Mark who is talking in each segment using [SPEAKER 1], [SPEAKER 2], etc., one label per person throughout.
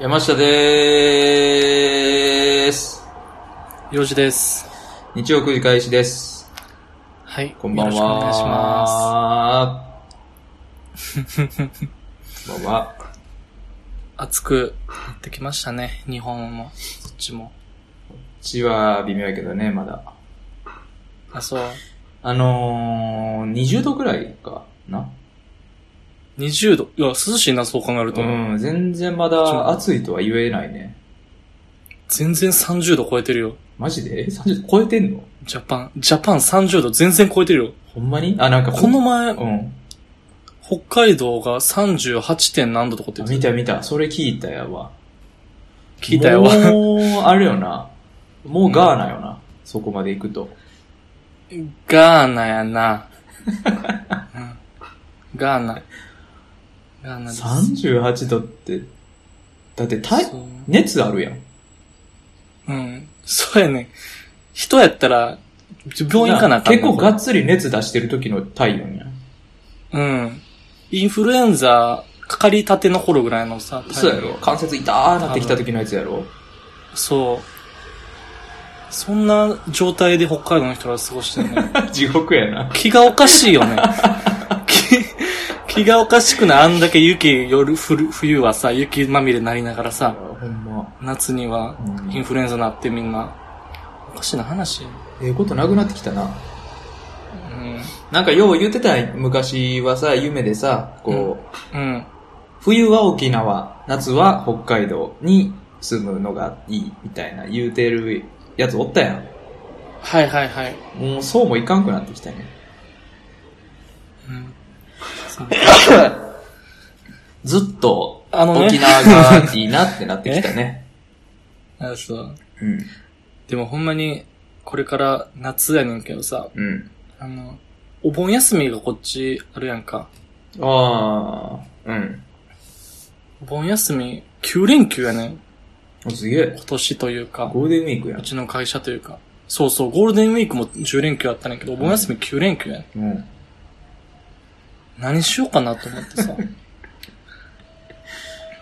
[SPEAKER 1] 山下でーす。
[SPEAKER 2] よろしです。
[SPEAKER 1] 日曜繰り返しです。
[SPEAKER 2] はい。
[SPEAKER 1] こんばんは。
[SPEAKER 2] よろしくお願いします。
[SPEAKER 1] す。こんばんは。
[SPEAKER 2] 暑くなってきましたね。日本も、そっちも。
[SPEAKER 1] うちは微妙やけどね、まだ。
[SPEAKER 2] あ、そう。
[SPEAKER 1] あのー、20度くらいかな。
[SPEAKER 2] 20度。いや、涼しいな、そう考えると。
[SPEAKER 1] うん、全然まだ暑いとは言えないね。
[SPEAKER 2] 全然30度超えてるよ。
[SPEAKER 1] マジで ?30 度超えてんの
[SPEAKER 2] ジャパン、ジャパン30度全然超えてるよ。
[SPEAKER 1] ほんまにあ、なんか
[SPEAKER 2] こ
[SPEAKER 1] ほん
[SPEAKER 2] の前、
[SPEAKER 1] うん。
[SPEAKER 2] 北海道が 38. 点何度とかって言って
[SPEAKER 1] 見た見た。それ聞いたやわ。
[SPEAKER 2] た聞いたよ。
[SPEAKER 1] もう、あれよな。もうガーナよな。そこまで行くと。
[SPEAKER 2] ガーナやな。うんガーナ。ガーナです。
[SPEAKER 1] 38度って、だって体
[SPEAKER 2] そう
[SPEAKER 1] 熱あるやん。
[SPEAKER 2] うん。そうやね。人やったら、病院行かなあかんね
[SPEAKER 1] 結構がっつり熱出してる時の体温やん。
[SPEAKER 2] うん。インフルエンザ、かかりたての頃ぐらいのさ、
[SPEAKER 1] そうやろ関節痛ーなってきた時のやつやろ
[SPEAKER 2] そう。そんな状態で北海道の人らは過ごしてるね。
[SPEAKER 1] 地獄やな。
[SPEAKER 2] 気がおかしい よね。気、気がおかしくない。あんだけ雪、夜、ふる冬はさ、雪まみれになりながらさ、
[SPEAKER 1] ほんま。
[SPEAKER 2] 夏には
[SPEAKER 1] うん
[SPEAKER 2] インフルエンザなってみんな。おかしいな話。
[SPEAKER 1] ええことなくなってきたな。
[SPEAKER 2] うん。
[SPEAKER 1] なんかよう言ってたやん昔はさ、夢でさ、こう、
[SPEAKER 2] うん。
[SPEAKER 1] 冬は沖縄、夏は北海道に住むのがいいみたいな言うてるやつおったやん。
[SPEAKER 2] はいはいはい。
[SPEAKER 1] もうそうもいかんくなってきたね。
[SPEAKER 2] うん。そう
[SPEAKER 1] ずっと
[SPEAKER 2] あのね
[SPEAKER 1] 沖縄がいいなってなってきた ね。
[SPEAKER 2] あそう。
[SPEAKER 1] うん。
[SPEAKER 2] でもほんまに、これから夏やねんけどさ、
[SPEAKER 1] うん。
[SPEAKER 2] あの、お盆休みがこっちあるやんか。
[SPEAKER 1] ああ、うん。
[SPEAKER 2] お盆休み、9連休やねん。
[SPEAKER 1] おすげえ。
[SPEAKER 2] 今年というか、
[SPEAKER 1] ゴールデンウィークや
[SPEAKER 2] うちの会社というか。そうそう、ゴールデンウィークも10連休あったねんけど、お盆休み9連休やね、
[SPEAKER 1] ん。うん。
[SPEAKER 2] ん。何しようかなと思っ てさ。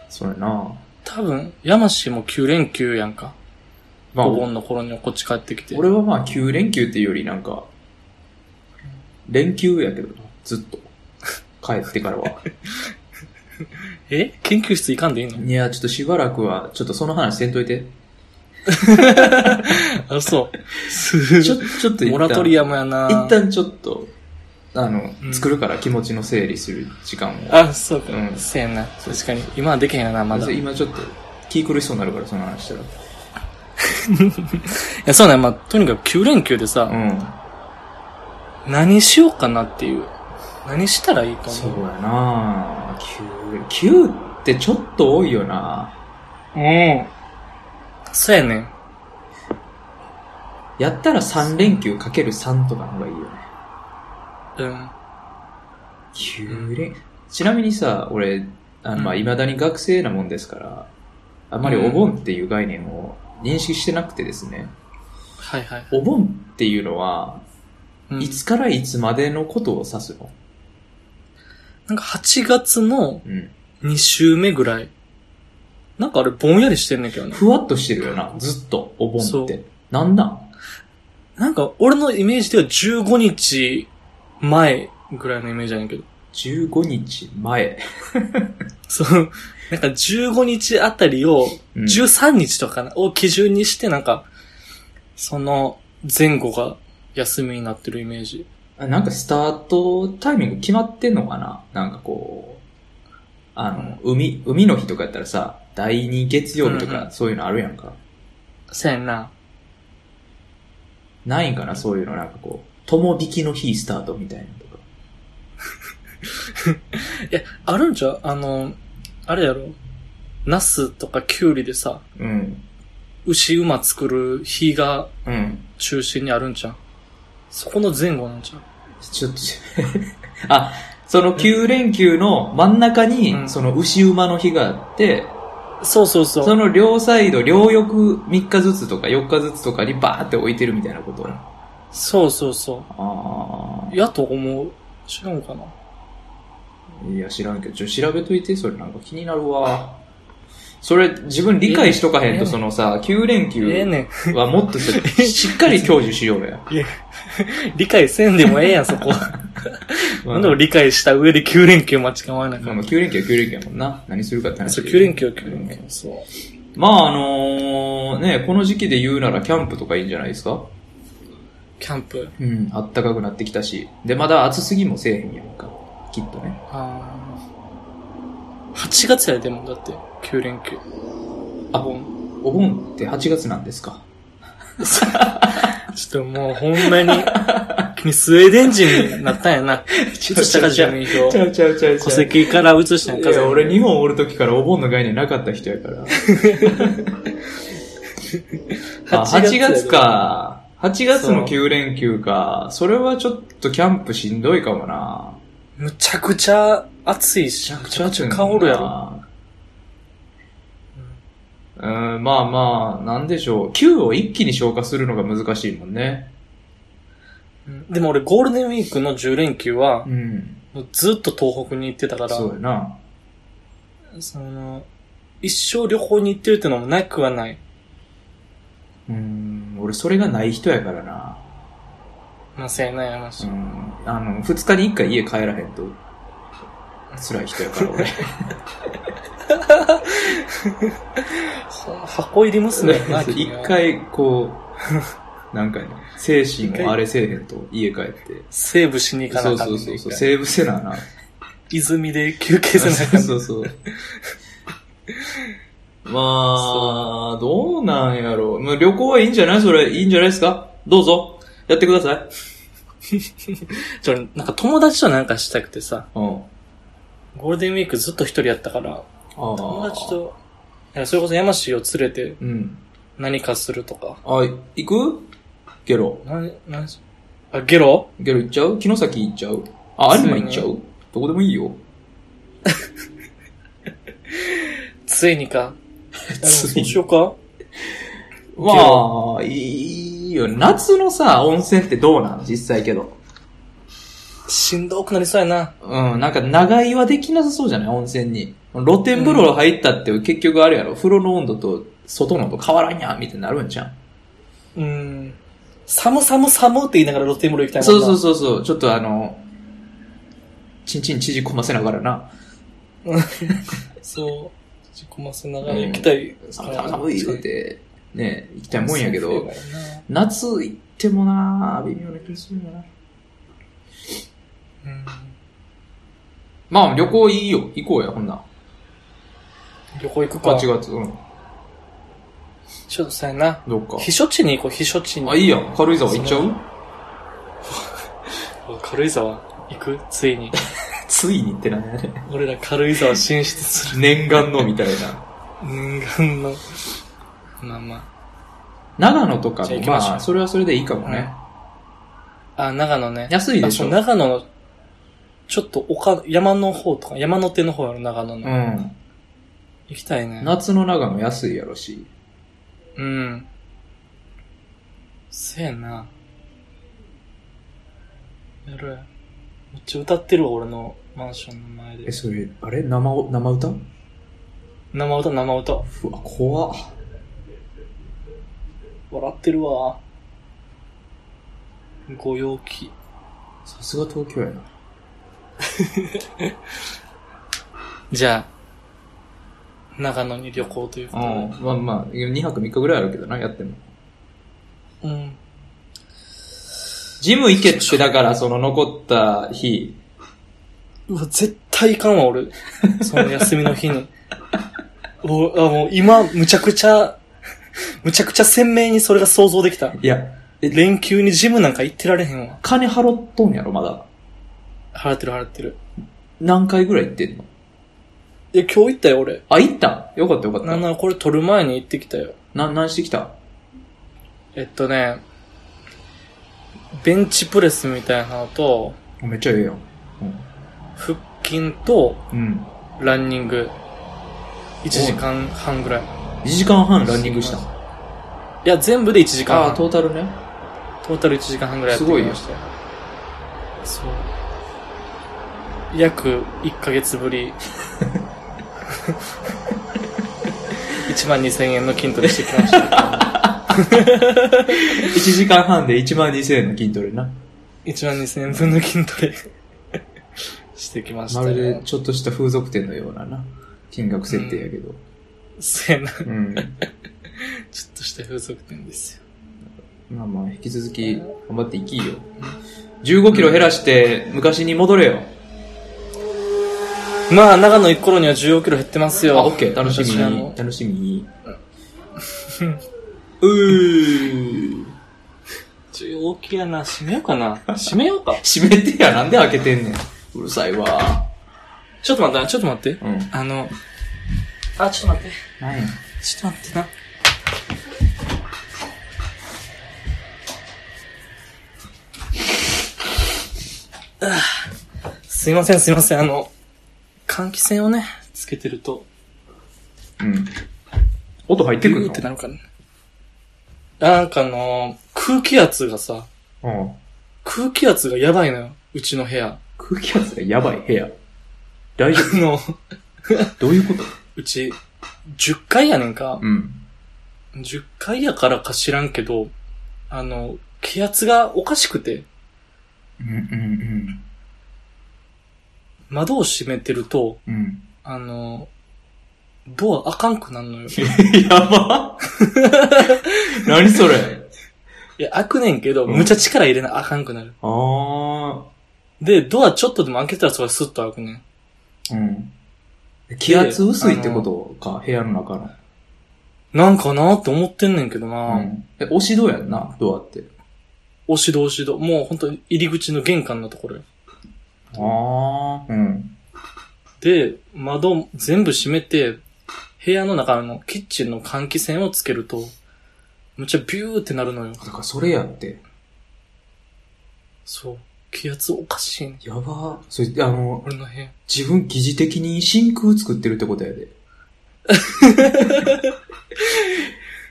[SPEAKER 1] それな
[SPEAKER 2] 多分、山氏も9連休やんか。
[SPEAKER 1] まあ、
[SPEAKER 2] お盆の頃にこっち帰ってきて。
[SPEAKER 1] 俺はまあ9連休っていうよりなんか、連休やけどな、ずっと。 帰ってからは。
[SPEAKER 2] え研究室行かんでいい の
[SPEAKER 1] いや、ちょっとしばらくは、ちょっとその話せんといて。
[SPEAKER 2] あ、そう。す
[SPEAKER 1] ちょ、ちょっと一旦
[SPEAKER 2] モラトリアムやな
[SPEAKER 1] 一旦ちょっと、あの、
[SPEAKER 2] うん
[SPEAKER 1] 作るから気持ちの整理する時間を。
[SPEAKER 2] あ、そうか。
[SPEAKER 1] うん
[SPEAKER 2] せやな。確かに。今はできへんやな、まだ。
[SPEAKER 1] 今ちょっと気苦しそうになるから、その話したら。
[SPEAKER 2] いや、そうね。まあ、とにかく9連休でさ、
[SPEAKER 1] うん。
[SPEAKER 2] 何しようかなっていう。何したらいいと
[SPEAKER 1] そう
[SPEAKER 2] 思う
[SPEAKER 1] やなぁ。9、9ってちょっと多いよな
[SPEAKER 2] うん。そうやねん。
[SPEAKER 1] やったら3連休かける3とかの方がいいよね。
[SPEAKER 2] うん。
[SPEAKER 1] 9連、ちなみにさ、俺、あの、まあ、
[SPEAKER 2] うん
[SPEAKER 1] 未だに学生なもんですから、あんまりお盆っていう概念を認識してなくてですね、
[SPEAKER 2] はいはい。
[SPEAKER 1] お盆っていうのは、
[SPEAKER 2] うん
[SPEAKER 1] いつからいつまでのことを指すの
[SPEAKER 2] なんか8月の
[SPEAKER 1] うん。
[SPEAKER 2] 2週目ぐらい。なんかあれぼんやりしてんねんけどね。
[SPEAKER 1] ふわっとしてるよな、ずっと、お盆っ
[SPEAKER 2] そ
[SPEAKER 1] て。なんなん
[SPEAKER 2] なんか俺のイメージでは15日前ぐらいのイメージやねんけど。
[SPEAKER 1] ?15 日前。
[SPEAKER 2] そう。なんか15日あたりを
[SPEAKER 1] うん
[SPEAKER 2] 13日とかなを基準にしてなんか、その前後が休みになってるイメージ。
[SPEAKER 1] あなんかスタートタイミング決まってんのかななんかこう、あの、海、海の日とかやったらさ、第2月曜日と
[SPEAKER 2] うんう
[SPEAKER 1] かそういうのあるやんか。
[SPEAKER 2] そうやんな。
[SPEAKER 1] ないんかなそういうのなんかこう、友引きの日スタートみたいなのとか。
[SPEAKER 2] いや、あるんじゃうあの、あれやろ。ナスとかキュウリでさ、
[SPEAKER 1] うん。
[SPEAKER 2] 牛馬作る日が
[SPEAKER 1] うん。
[SPEAKER 2] 中心にあるんじゃん。そこの前後なんじゃん。
[SPEAKER 1] ちょっと、 あ、その9連休の真ん中に、
[SPEAKER 2] うん
[SPEAKER 1] その牛馬の日があって、
[SPEAKER 2] そうそうそう。
[SPEAKER 1] その両サイド、両翼3日ずつとか4日ずつとかにバーって置いてるみたいなこと。あ
[SPEAKER 2] そうそうそ
[SPEAKER 1] あ
[SPEAKER 2] う。やと思う。違うかな。
[SPEAKER 1] いや、知らんけど、ちょ、調べといて、それなんか気になるわ。それ自分理解しとかへん
[SPEAKER 2] ええ
[SPEAKER 1] と、そのさ、9連休
[SPEAKER 2] ええね
[SPEAKER 1] はもっとそれしっかり享受しよう や。
[SPEAKER 2] ん。いや、 理解せんでもええやん、そこ。
[SPEAKER 1] まあ
[SPEAKER 2] なんでも理解した上で9連休待ち構えなき
[SPEAKER 1] ま
[SPEAKER 2] ゃ
[SPEAKER 1] あ、。9連休は9連休やもんな。何するかって話。
[SPEAKER 2] そう、9連休は9連休。そう。
[SPEAKER 1] まあ、あのーね、この時期で言うならキャンプとかいいんじゃないですか
[SPEAKER 2] キャンプ。
[SPEAKER 1] うん、あったかくなってきたし。で、まだ暑すぎもせえへんやんか。きっとね。
[SPEAKER 2] あー8月やで、もだって、9連休。
[SPEAKER 1] あ、ほん、お盆って8月なんですか。
[SPEAKER 2] ちょっともうほんまに、君スウェーデン人になったんやな。移したか住民票。
[SPEAKER 1] うちゃうちゃう
[SPEAKER 2] 戸籍から移したんや、
[SPEAKER 1] いや、俺日本おる時からお盆の概念なかった人やから。あ、8月。か。8月の9連休か。それはちょっとキャンプしんどいかもな。
[SPEAKER 2] むちゃくちゃ暑いし、むちゃくちゃ香るやろ。
[SPEAKER 1] ろ。うん、まあまあ、なんでしょう。9を一気に消化するのが難しいもんね。
[SPEAKER 2] うんでも俺ゴールデンウィークの10連休は
[SPEAKER 1] う、ん。
[SPEAKER 2] もうずっと東北に行ってたから、
[SPEAKER 1] そうやな。
[SPEAKER 2] その、一生旅行に行ってるってのもなくはない。
[SPEAKER 1] うん、俺それがない人やからな。
[SPEAKER 2] まあ、せやなやまし
[SPEAKER 1] う
[SPEAKER 2] い。
[SPEAKER 1] ん。あの、2日に1回家帰らへ んと、辛い人やから俺。
[SPEAKER 2] ほ箱入り娘や な、
[SPEAKER 1] 一
[SPEAKER 2] 君は。
[SPEAKER 1] 回こう、 なんかね、精神をあれせえへんと家帰って。
[SPEAKER 2] セーブしに行か
[SPEAKER 1] そ
[SPEAKER 2] なあ
[SPEAKER 1] う
[SPEAKER 2] かっ
[SPEAKER 1] そ
[SPEAKER 2] た
[SPEAKER 1] うそうそう、セーブせなあな。
[SPEAKER 2] 泉で休憩せな
[SPEAKER 1] そう
[SPEAKER 2] あか
[SPEAKER 1] ん そうそう。まあ、どうなんやろう。まあ、旅行はいいんじゃないそれ、いいんじゃないですかどうぞ、やってください。
[SPEAKER 2] ちょ、なんか友達となんかしたくてさ、
[SPEAKER 1] うん。あ
[SPEAKER 2] ゴールデンウィークずっと一人やったから、
[SPEAKER 1] あ。
[SPEAKER 2] 友達と、いやそれこそ山氏を連れて
[SPEAKER 1] うん。
[SPEAKER 2] 何かするとか。
[SPEAKER 1] あ、行くゲロ。
[SPEAKER 2] 何、何しあ、ゲロ
[SPEAKER 1] ゲロ行っちゃう城崎行っちゃうあ、有馬行っちゃうどこでもいいよ。
[SPEAKER 2] つい にか。あでも
[SPEAKER 1] つい
[SPEAKER 2] そ
[SPEAKER 1] に
[SPEAKER 2] うしようか
[SPEAKER 1] まあ、いいよ。夏のさ、温泉ってどうなん実際けど。
[SPEAKER 2] しんどくなりそうやな。
[SPEAKER 1] うん、なんか長居はできなさそうじゃない温泉に。露天風呂入ったって結局あれやろ、風呂の温度と外の温度変わらんやん、みたいになるんじゃん。
[SPEAKER 2] うん。寒寒寒って言いながら露天風呂行きたいも
[SPEAKER 1] そ
[SPEAKER 2] ん
[SPEAKER 1] う
[SPEAKER 2] な。
[SPEAKER 1] そう
[SPEAKER 2] そ
[SPEAKER 1] そうそう、ちょっとあの、ちんちん縮こませながらな。
[SPEAKER 2] う。そう。自己ませながら行きたい。
[SPEAKER 1] 寒い寒い言うて、ね、行きたいもんやけ
[SPEAKER 2] そう
[SPEAKER 1] ど、
[SPEAKER 2] やな
[SPEAKER 1] 夏行ってもな微妙な気がするんだな。
[SPEAKER 2] うん。
[SPEAKER 1] まあ旅行いいよ、行こうや、ほんなら。
[SPEAKER 2] 旅行行くか。
[SPEAKER 1] 8月、うん、
[SPEAKER 2] ちょっとさやな。
[SPEAKER 1] どっか。
[SPEAKER 2] 避暑地に行こう、避暑地に。
[SPEAKER 1] あ、いいやん、軽井沢行っちゃう
[SPEAKER 2] 軽井沢行くついに。
[SPEAKER 1] ついにってなんやね。
[SPEAKER 2] 俺ら軽井沢進出する。
[SPEAKER 1] 念願のみたいな。
[SPEAKER 2] 念願の。まあま
[SPEAKER 1] 長野とか
[SPEAKER 2] じゃあ
[SPEAKER 1] も、
[SPEAKER 2] 行きましょう
[SPEAKER 1] まあ、それはそれでいいかもね。
[SPEAKER 2] あ。あ、長野ね。
[SPEAKER 1] 安いでしょ
[SPEAKER 2] あそう長野の、ちょっと丘、山の方とか、山の手の方やろ、長野の。
[SPEAKER 1] うん。
[SPEAKER 2] 行きたいね。
[SPEAKER 1] 夏の長野安いやろし。
[SPEAKER 2] うん。せやな。やる。めっちゃ歌ってるわ、俺のマンションの前で
[SPEAKER 1] え、。それ、あれ生お、生歌
[SPEAKER 2] 生歌、生歌。
[SPEAKER 1] うわ、怖っ。
[SPEAKER 2] 笑ってるわ。ご陽気。
[SPEAKER 1] さすが東京やな。
[SPEAKER 2] じゃあ、長野に旅行ということで。
[SPEAKER 1] うん。まあまあ、2泊3日ぐらいあるけどな、やっても。
[SPEAKER 2] うん。
[SPEAKER 1] ジム行けって、だから、その残った日。
[SPEAKER 2] うわ、絶対いかんわ、俺。 その休みの日に。おあもう今、むちゃくちゃ、むちゃくちゃ鮮明にそれが想像できた。
[SPEAKER 1] いや、え、
[SPEAKER 2] 連休にジムなんか行ってられへんわ。
[SPEAKER 1] 金払っとんやろ、まだ。
[SPEAKER 2] 払ってる払ってる。
[SPEAKER 1] 何回ぐらい行ってんの
[SPEAKER 2] いや、今日行ったよ、俺。
[SPEAKER 1] あ、行ったよかったよかっ
[SPEAKER 2] なん
[SPEAKER 1] た。
[SPEAKER 2] ならこれ撮る前に行ってきたよ。
[SPEAKER 1] な、何してきた
[SPEAKER 2] えっとね、ベンチプレスみたいなのと、
[SPEAKER 1] めっちゃええやん。
[SPEAKER 2] 腹筋と
[SPEAKER 1] うん。うん。
[SPEAKER 2] ランニング。1時間半ぐらい。
[SPEAKER 1] 2時間半ランニングした。
[SPEAKER 2] いや、全部で1時間
[SPEAKER 1] あ
[SPEAKER 2] 半
[SPEAKER 1] あ、トータルね。
[SPEAKER 2] トータル1時間半ぐらいやってきましたよ。そう。約1ヶ月ぶり。 1万2000円の筋トレしてきました。
[SPEAKER 1] 1時間半で1万2000円の筋トレな。
[SPEAKER 2] 1万2000円分の筋トレしてきました
[SPEAKER 1] ま
[SPEAKER 2] ね。
[SPEAKER 1] るでちょっとした風俗店のようなな。金額設定やけど。
[SPEAKER 2] そうやな。ちょ
[SPEAKER 1] うん。
[SPEAKER 2] っとした風俗店ですよ。
[SPEAKER 1] まあまあ、引き続き、頑張っていきよ。15キロ減らして、昔に戻れよ。
[SPEAKER 2] まあ、長野行く頃には15キロ減ってますよ。
[SPEAKER 1] あ、オッケー、楽しみ
[SPEAKER 2] 私あ
[SPEAKER 1] に
[SPEAKER 2] の。
[SPEAKER 1] 楽しみに。うー。
[SPEAKER 2] 15キロやな。閉めようかな。閉めようか。
[SPEAKER 1] 閉めてや、なんで開けてんねん。うるさいわ。
[SPEAKER 2] ちょっと待って、ちょっと待って。
[SPEAKER 1] うん。
[SPEAKER 2] あの、あ、ちょっと待って。
[SPEAKER 1] なんや。
[SPEAKER 2] ちょっと待ってな。あすいません、すいません。あの、換気扇をね、つけてると、
[SPEAKER 1] うん。音入ってく
[SPEAKER 2] ビ
[SPEAKER 1] る
[SPEAKER 2] ュー
[SPEAKER 1] の
[SPEAKER 2] ってなるからね。なんかあの、空気圧がさ、
[SPEAKER 1] うん。
[SPEAKER 2] 空気圧がやばいのよ。うちの部屋。
[SPEAKER 1] 空気圧がやばい部屋。大丈
[SPEAKER 2] あの、
[SPEAKER 1] 夫 どういうこと
[SPEAKER 2] うち、10階やねんか。
[SPEAKER 1] うん。
[SPEAKER 2] 10階やからか知らんけど、あの、気圧がおかしくて、
[SPEAKER 1] うんうん
[SPEAKER 2] 窓を閉めてると、
[SPEAKER 1] うん。うん。
[SPEAKER 2] あの、ドアあかんくなるのよ。
[SPEAKER 1] やば何それ
[SPEAKER 2] いや、開くねんけど、
[SPEAKER 1] うん
[SPEAKER 2] むちゃ力入れなあかんくなる。
[SPEAKER 1] あー。
[SPEAKER 2] で、ドアちょっとでも開けたらそれスッと開くねん。
[SPEAKER 1] うん。気圧薄いってことか、部屋の中の。
[SPEAKER 2] なんかなって思ってんねんけどな、
[SPEAKER 1] うん。え、押し戸やんな、ドアって。
[SPEAKER 2] 押し戸押し戸。もうほんと入り口の玄関のところよ。
[SPEAKER 1] ああ。うん。
[SPEAKER 2] で、窓全部閉めて、部屋の中のキッチンの換気扇をつけると、むちゃビューってなるのよ。
[SPEAKER 1] だからそれやって。
[SPEAKER 2] そう。気圧おかしいね。
[SPEAKER 1] やばーそれ、あの、
[SPEAKER 2] 俺の部屋。
[SPEAKER 1] 自分疑似的に真空作ってるってことや で。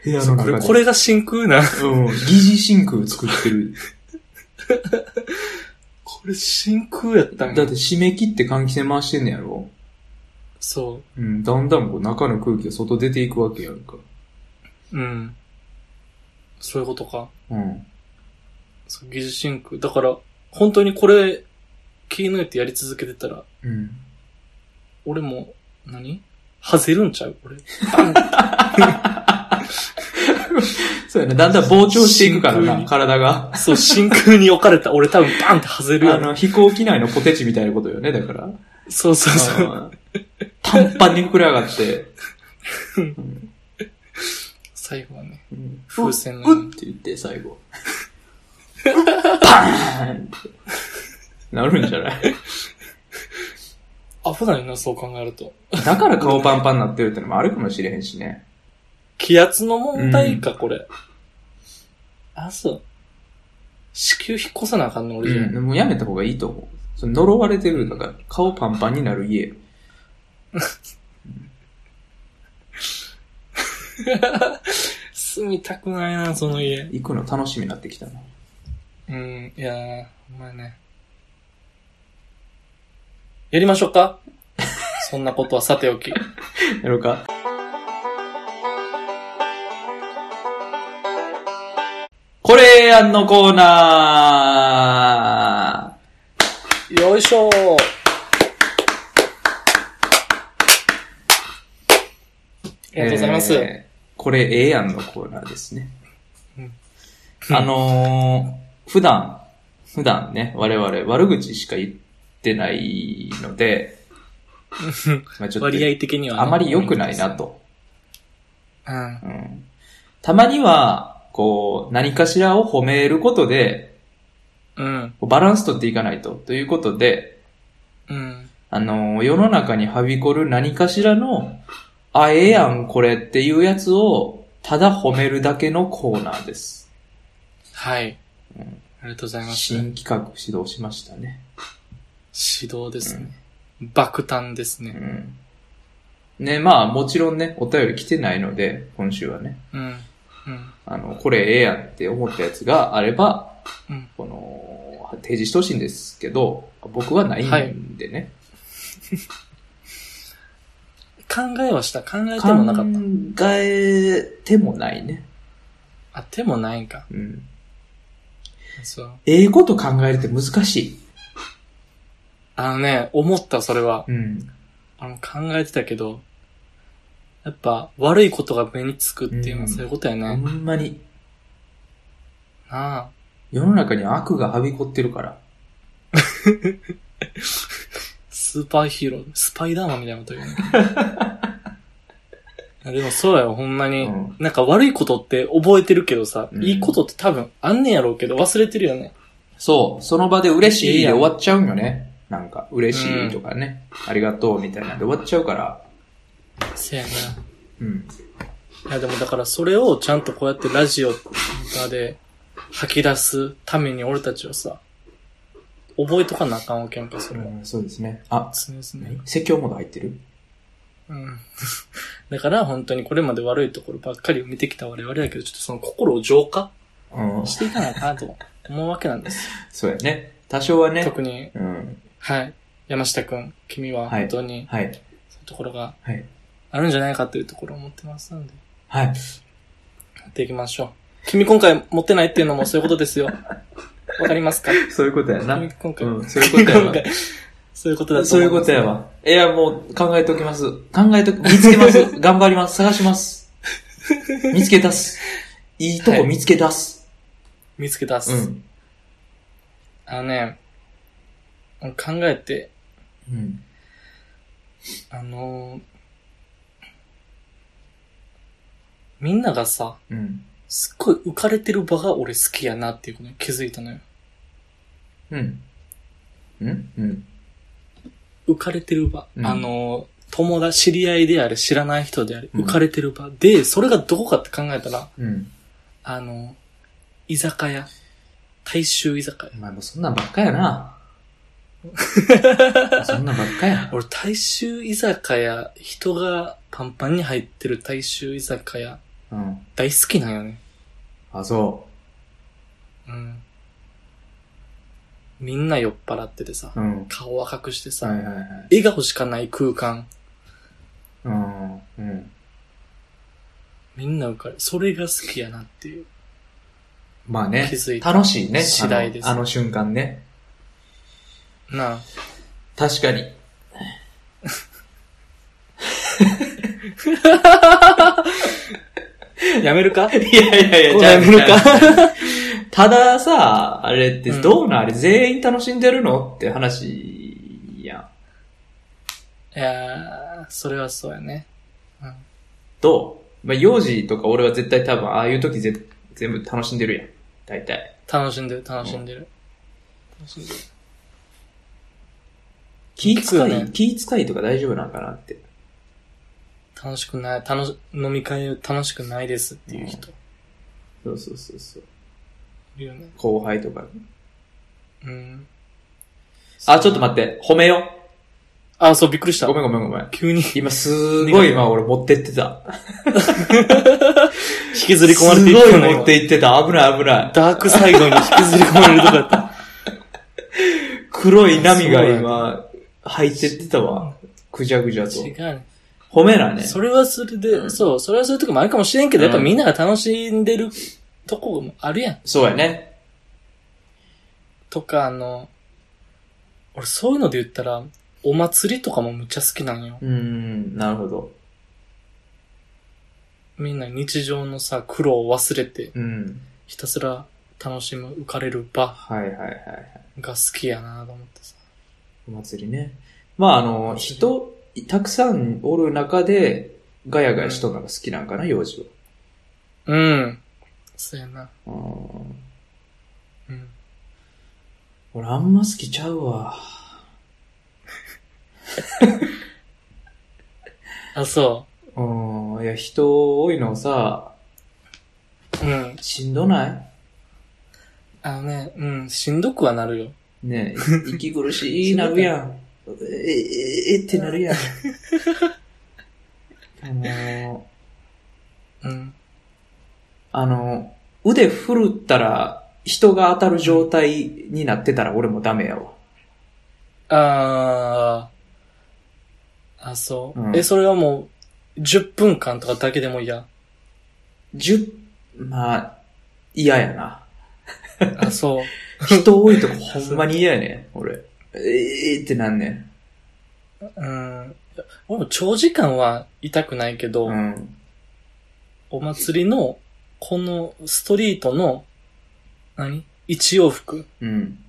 [SPEAKER 1] 部屋の
[SPEAKER 2] こ
[SPEAKER 1] 中
[SPEAKER 2] れ、
[SPEAKER 1] で。
[SPEAKER 2] これが真空な。
[SPEAKER 1] うん。疑似真空作ってる。
[SPEAKER 2] これ真空やったん
[SPEAKER 1] だ
[SPEAKER 2] や
[SPEAKER 1] って。締め切って換気扇回してんねやろ
[SPEAKER 2] そ
[SPEAKER 1] うん。だんだんこう中の空気が外出ていくわけやんか。
[SPEAKER 2] う。うん。そういうことか。
[SPEAKER 1] うん。
[SPEAKER 2] そう、疑似真空。だから、本当にこれ、気抜いてやり続けてたら、
[SPEAKER 1] うん。
[SPEAKER 2] 俺も、何ハゼるんちゃう俺。
[SPEAKER 1] そうやな。だんだん膨張していくから
[SPEAKER 2] 真空
[SPEAKER 1] な、
[SPEAKER 2] に
[SPEAKER 1] 体が。
[SPEAKER 2] そう、真空に置かれた。俺多分バンってハゼる
[SPEAKER 1] あ
[SPEAKER 2] やろ。
[SPEAKER 1] の、 飛行機内のポテチみたいなことよね、だから。
[SPEAKER 2] そうそうそう。
[SPEAKER 1] うん 短パンに膨れ上がって、
[SPEAKER 2] 最後はね、
[SPEAKER 1] うん
[SPEAKER 2] 風船のよう
[SPEAKER 1] うっ
[SPEAKER 2] に
[SPEAKER 1] って言って、最後。パーンって。なるんじゃない
[SPEAKER 2] 危ないな、そう考えると。
[SPEAKER 1] だから顔パンパンになってるってのもあるかもしれへんしね。
[SPEAKER 2] 気圧の問題か、これ。あ、そう。子宮引っ越さなあかんの、俺じゃ。
[SPEAKER 1] うん。もうやめた方がいいと思う。その呪われてる、だから顔パンパンになる家。
[SPEAKER 2] 住みたくないな、その家。
[SPEAKER 1] 行くの楽しみになってきたな。
[SPEAKER 2] うん、いやー、お前ね。やりましょうか そんなことはさておき。
[SPEAKER 1] やろうかこれやんのコーナー
[SPEAKER 2] よいしょーありがとうございます。
[SPEAKER 1] えーこれ、ええやんのコーナーですね。
[SPEAKER 2] うん
[SPEAKER 1] あのー、普段、普段ね、我々悪口しか言ってないので、まあちょっ
[SPEAKER 2] 割合的に
[SPEAKER 1] と、
[SPEAKER 2] は、
[SPEAKER 1] あまり良くないな。と。
[SPEAKER 2] うん。
[SPEAKER 1] うんたまには、こう、何かしらを褒めることで、
[SPEAKER 2] うん。
[SPEAKER 1] バランス取っていかないと。ということで、
[SPEAKER 2] うん。
[SPEAKER 1] あのー、世の中にはびこる何かしらの、あ、ええやん、これっていうやつを、ただ褒めるだけのコーナーです。
[SPEAKER 2] はい。ありがとうございます。
[SPEAKER 1] 新
[SPEAKER 2] 指
[SPEAKER 1] 企画始動しましたね。
[SPEAKER 2] 導ですね。爆誕です
[SPEAKER 1] う
[SPEAKER 2] ね。
[SPEAKER 1] ん。ね、まあもちろんね、お便り来てないので、今週はね、
[SPEAKER 2] うん。うん。
[SPEAKER 1] あの、これええやんって思ったやつがあれば、
[SPEAKER 2] うん。
[SPEAKER 1] この、提示してほしいんですけど、僕はないんでね。
[SPEAKER 2] 考えはした。考えてもなかった。
[SPEAKER 1] 考えてもないね。
[SPEAKER 2] あ、てもないんか。
[SPEAKER 1] うん。
[SPEAKER 2] そう。
[SPEAKER 1] 英語と考えるって難しい。
[SPEAKER 2] あのね、思った、それは。
[SPEAKER 1] うん。
[SPEAKER 2] あの、考えてたけど、やっぱ、悪いことが目につくっていうの
[SPEAKER 1] うん
[SPEAKER 2] はそういうことやね。
[SPEAKER 1] ほんまに、
[SPEAKER 2] なあ。
[SPEAKER 1] 世の中に悪がはびこってるから。
[SPEAKER 2] スーパーヒーロー、スパイダーマンみたいなこと言う ね。いやでもそうやよ、ほんま
[SPEAKER 1] う
[SPEAKER 2] に。
[SPEAKER 1] ん。
[SPEAKER 2] なんか悪いことって覚えてるけどさ、
[SPEAKER 1] うん
[SPEAKER 2] いいことって多分あんねやろうけど忘れてるよね。
[SPEAKER 1] そう、その場で嬉しい
[SPEAKER 2] いい
[SPEAKER 1] で
[SPEAKER 2] やん
[SPEAKER 1] 終わっちゃうんよね。なんか、嬉しいとかね、ありがとうみたいなんで終わっちゃうから。
[SPEAKER 2] せやな。
[SPEAKER 1] うん。
[SPEAKER 2] いやでもだからそれをちゃんとこうやってラジオとかで吐き出すために俺たちはさ、覚えとかなあかんわけやんか、それは。
[SPEAKER 1] そうですね。あ、
[SPEAKER 2] 常々ね
[SPEAKER 1] 何。説教モード入ってる
[SPEAKER 2] うん。 だから本当にこれまで悪いところばっかりを見てきた我々やけど、ちょっとその心を浄化
[SPEAKER 1] うん。
[SPEAKER 2] していかないかなと思うわけなん です。
[SPEAKER 1] そうやね。多少はね。
[SPEAKER 2] 特に
[SPEAKER 1] うん。
[SPEAKER 2] はい。山下くん、君は
[SPEAKER 1] はい
[SPEAKER 2] 本当に、
[SPEAKER 1] はい。
[SPEAKER 2] そういうところが
[SPEAKER 1] はい。
[SPEAKER 2] あるんじゃないかというところを持ってますので、
[SPEAKER 1] はい。
[SPEAKER 2] やっていきましょう。君今回持ってないっていうのもそういうこと ですよ。わかりますか
[SPEAKER 1] そういうことやな。う
[SPEAKER 2] 君
[SPEAKER 1] ん、
[SPEAKER 2] 今回、
[SPEAKER 1] そういうことや
[SPEAKER 2] 今
[SPEAKER 1] わ
[SPEAKER 2] 回。そういうことだと
[SPEAKER 1] そう
[SPEAKER 2] 思
[SPEAKER 1] い
[SPEAKER 2] いう
[SPEAKER 1] こ
[SPEAKER 2] ます
[SPEAKER 1] とやわ。いや、もう考えておきます。考えと、見つけ ます。頑張ります。探します。見つけ出す。いいとこ見つけ出す。
[SPEAKER 2] 見つけ出す。
[SPEAKER 1] うん。
[SPEAKER 2] あのね、考えて、
[SPEAKER 1] うん。
[SPEAKER 2] あのーみんながさ、
[SPEAKER 1] うん。
[SPEAKER 2] すっごい浮かれてる場が俺好きやなっていうことに気づいたのよ。
[SPEAKER 1] うん。うんうん。
[SPEAKER 2] 浮かれてる場、
[SPEAKER 1] うん
[SPEAKER 2] あの、友達、知り合いであれ、知らない人であれ、
[SPEAKER 1] うん
[SPEAKER 2] 浮かれてる場で、それがどこかって考えたら、
[SPEAKER 1] うん。
[SPEAKER 2] あの、居酒屋。大衆居酒屋。
[SPEAKER 1] お前もうそんなんばっかやな。そんなんばっかや。
[SPEAKER 2] 俺、大衆居酒屋、人がパンパンに入ってる大衆居酒屋、
[SPEAKER 1] うん。
[SPEAKER 2] 大好きなんよね。
[SPEAKER 1] あ、そ
[SPEAKER 2] うん。みんな酔っ払っててさ
[SPEAKER 1] う。、うん。
[SPEAKER 2] 顔赤くしてさ、
[SPEAKER 1] はいはいはい。
[SPEAKER 2] 笑顔しかない空間、
[SPEAKER 1] うん。うん。
[SPEAKER 2] みんな浮かれ、それが好きやなっていう。
[SPEAKER 1] まあね
[SPEAKER 2] 気づい、た
[SPEAKER 1] 楽しいね。
[SPEAKER 2] 次第です
[SPEAKER 1] あのあの瞬間ね。
[SPEAKER 2] なあ、
[SPEAKER 1] 確かに。
[SPEAKER 2] やめる か
[SPEAKER 1] いやいやいや、
[SPEAKER 2] こうやめるか
[SPEAKER 1] か。たださ、あれってどうなん、あれ全員楽しんでるのって話やん。
[SPEAKER 2] いやー、それはそうやね。うん。
[SPEAKER 1] と、まあ、幼児とか俺は絶対多分、ああいう時ぜ全部楽しんでるやん。大体。
[SPEAKER 2] 楽しんでる、楽しんでる。楽しんでる。
[SPEAKER 1] 気使い、
[SPEAKER 2] ね
[SPEAKER 1] 気使いとか大丈夫なんかなって。
[SPEAKER 2] 楽しくない、楽し、飲み会楽しくないですっていう人。
[SPEAKER 1] そうそうそうそう。
[SPEAKER 2] いるよね。
[SPEAKER 1] 後輩とか。
[SPEAKER 2] うん。
[SPEAKER 1] あ、ちょっと
[SPEAKER 2] 待
[SPEAKER 1] 待って、褒めよ
[SPEAKER 2] って。あ、そう、びっくりし
[SPEAKER 1] う。
[SPEAKER 2] た
[SPEAKER 1] ご。めんごめんごめん。
[SPEAKER 2] 急 に
[SPEAKER 1] 今すごい今俺持ってってた。
[SPEAKER 2] 引きずり込まれてい
[SPEAKER 1] す
[SPEAKER 2] く
[SPEAKER 1] ご
[SPEAKER 2] よね
[SPEAKER 1] い持っていってた。危ない危ない
[SPEAKER 2] 今。ダークサイドに引きずり込まれるとこやった。
[SPEAKER 1] 黒い波が今、入ってってたわ。ぐじゃぐじゃと。
[SPEAKER 2] 違うね。
[SPEAKER 1] 褒めなね。
[SPEAKER 2] それはそれで、そう、それはそういうとこもあるかもしれんけど、
[SPEAKER 1] うん
[SPEAKER 2] やっぱみんなが楽しんでるとこもあるやん。
[SPEAKER 1] そうやね。
[SPEAKER 2] とか、あの、俺そういうので言ったら、お祭りとかもむっちゃ好きなんよ。
[SPEAKER 1] うーん、なるほど。
[SPEAKER 2] みんな日常のさ、苦労を忘れて、
[SPEAKER 1] うん。
[SPEAKER 2] ひたすら楽しむ、浮かれる場
[SPEAKER 1] はいはいはいはい。
[SPEAKER 2] が好きやなと思ってさ。
[SPEAKER 1] お祭りね。まああの、人、たくさんおる中で、ガヤガヤしとんのが好きなんかな、幼児
[SPEAKER 2] うん。そうやな。
[SPEAKER 1] は。うん
[SPEAKER 2] うん。
[SPEAKER 1] 俺あんま好きちゃうわ。
[SPEAKER 2] あ、そ
[SPEAKER 1] うん。いや、人多いのさ、
[SPEAKER 2] う。うん。
[SPEAKER 1] しんどない
[SPEAKER 2] あのね、うん、しんどくはなるよ。
[SPEAKER 1] ねえ、 い息苦しいなるやん。え、え、えってなるやん。あの、
[SPEAKER 2] うん。
[SPEAKER 1] あの、腕振るったら人が当たる状態になってたら俺もダメやわ。
[SPEAKER 2] あー。ああ、そう。
[SPEAKER 1] うん
[SPEAKER 2] え、それはもう、10分間とかだけでも嫌。
[SPEAKER 1] 十、まあ、嫌やな。
[SPEAKER 2] あ、そう。
[SPEAKER 1] 人多いとこほんまに嫌やね。俺。えーってなんねん。
[SPEAKER 2] うん。俺も長時間は痛くないけど、
[SPEAKER 1] うん。
[SPEAKER 2] お祭りの、このストリートの、何一往復
[SPEAKER 1] うん。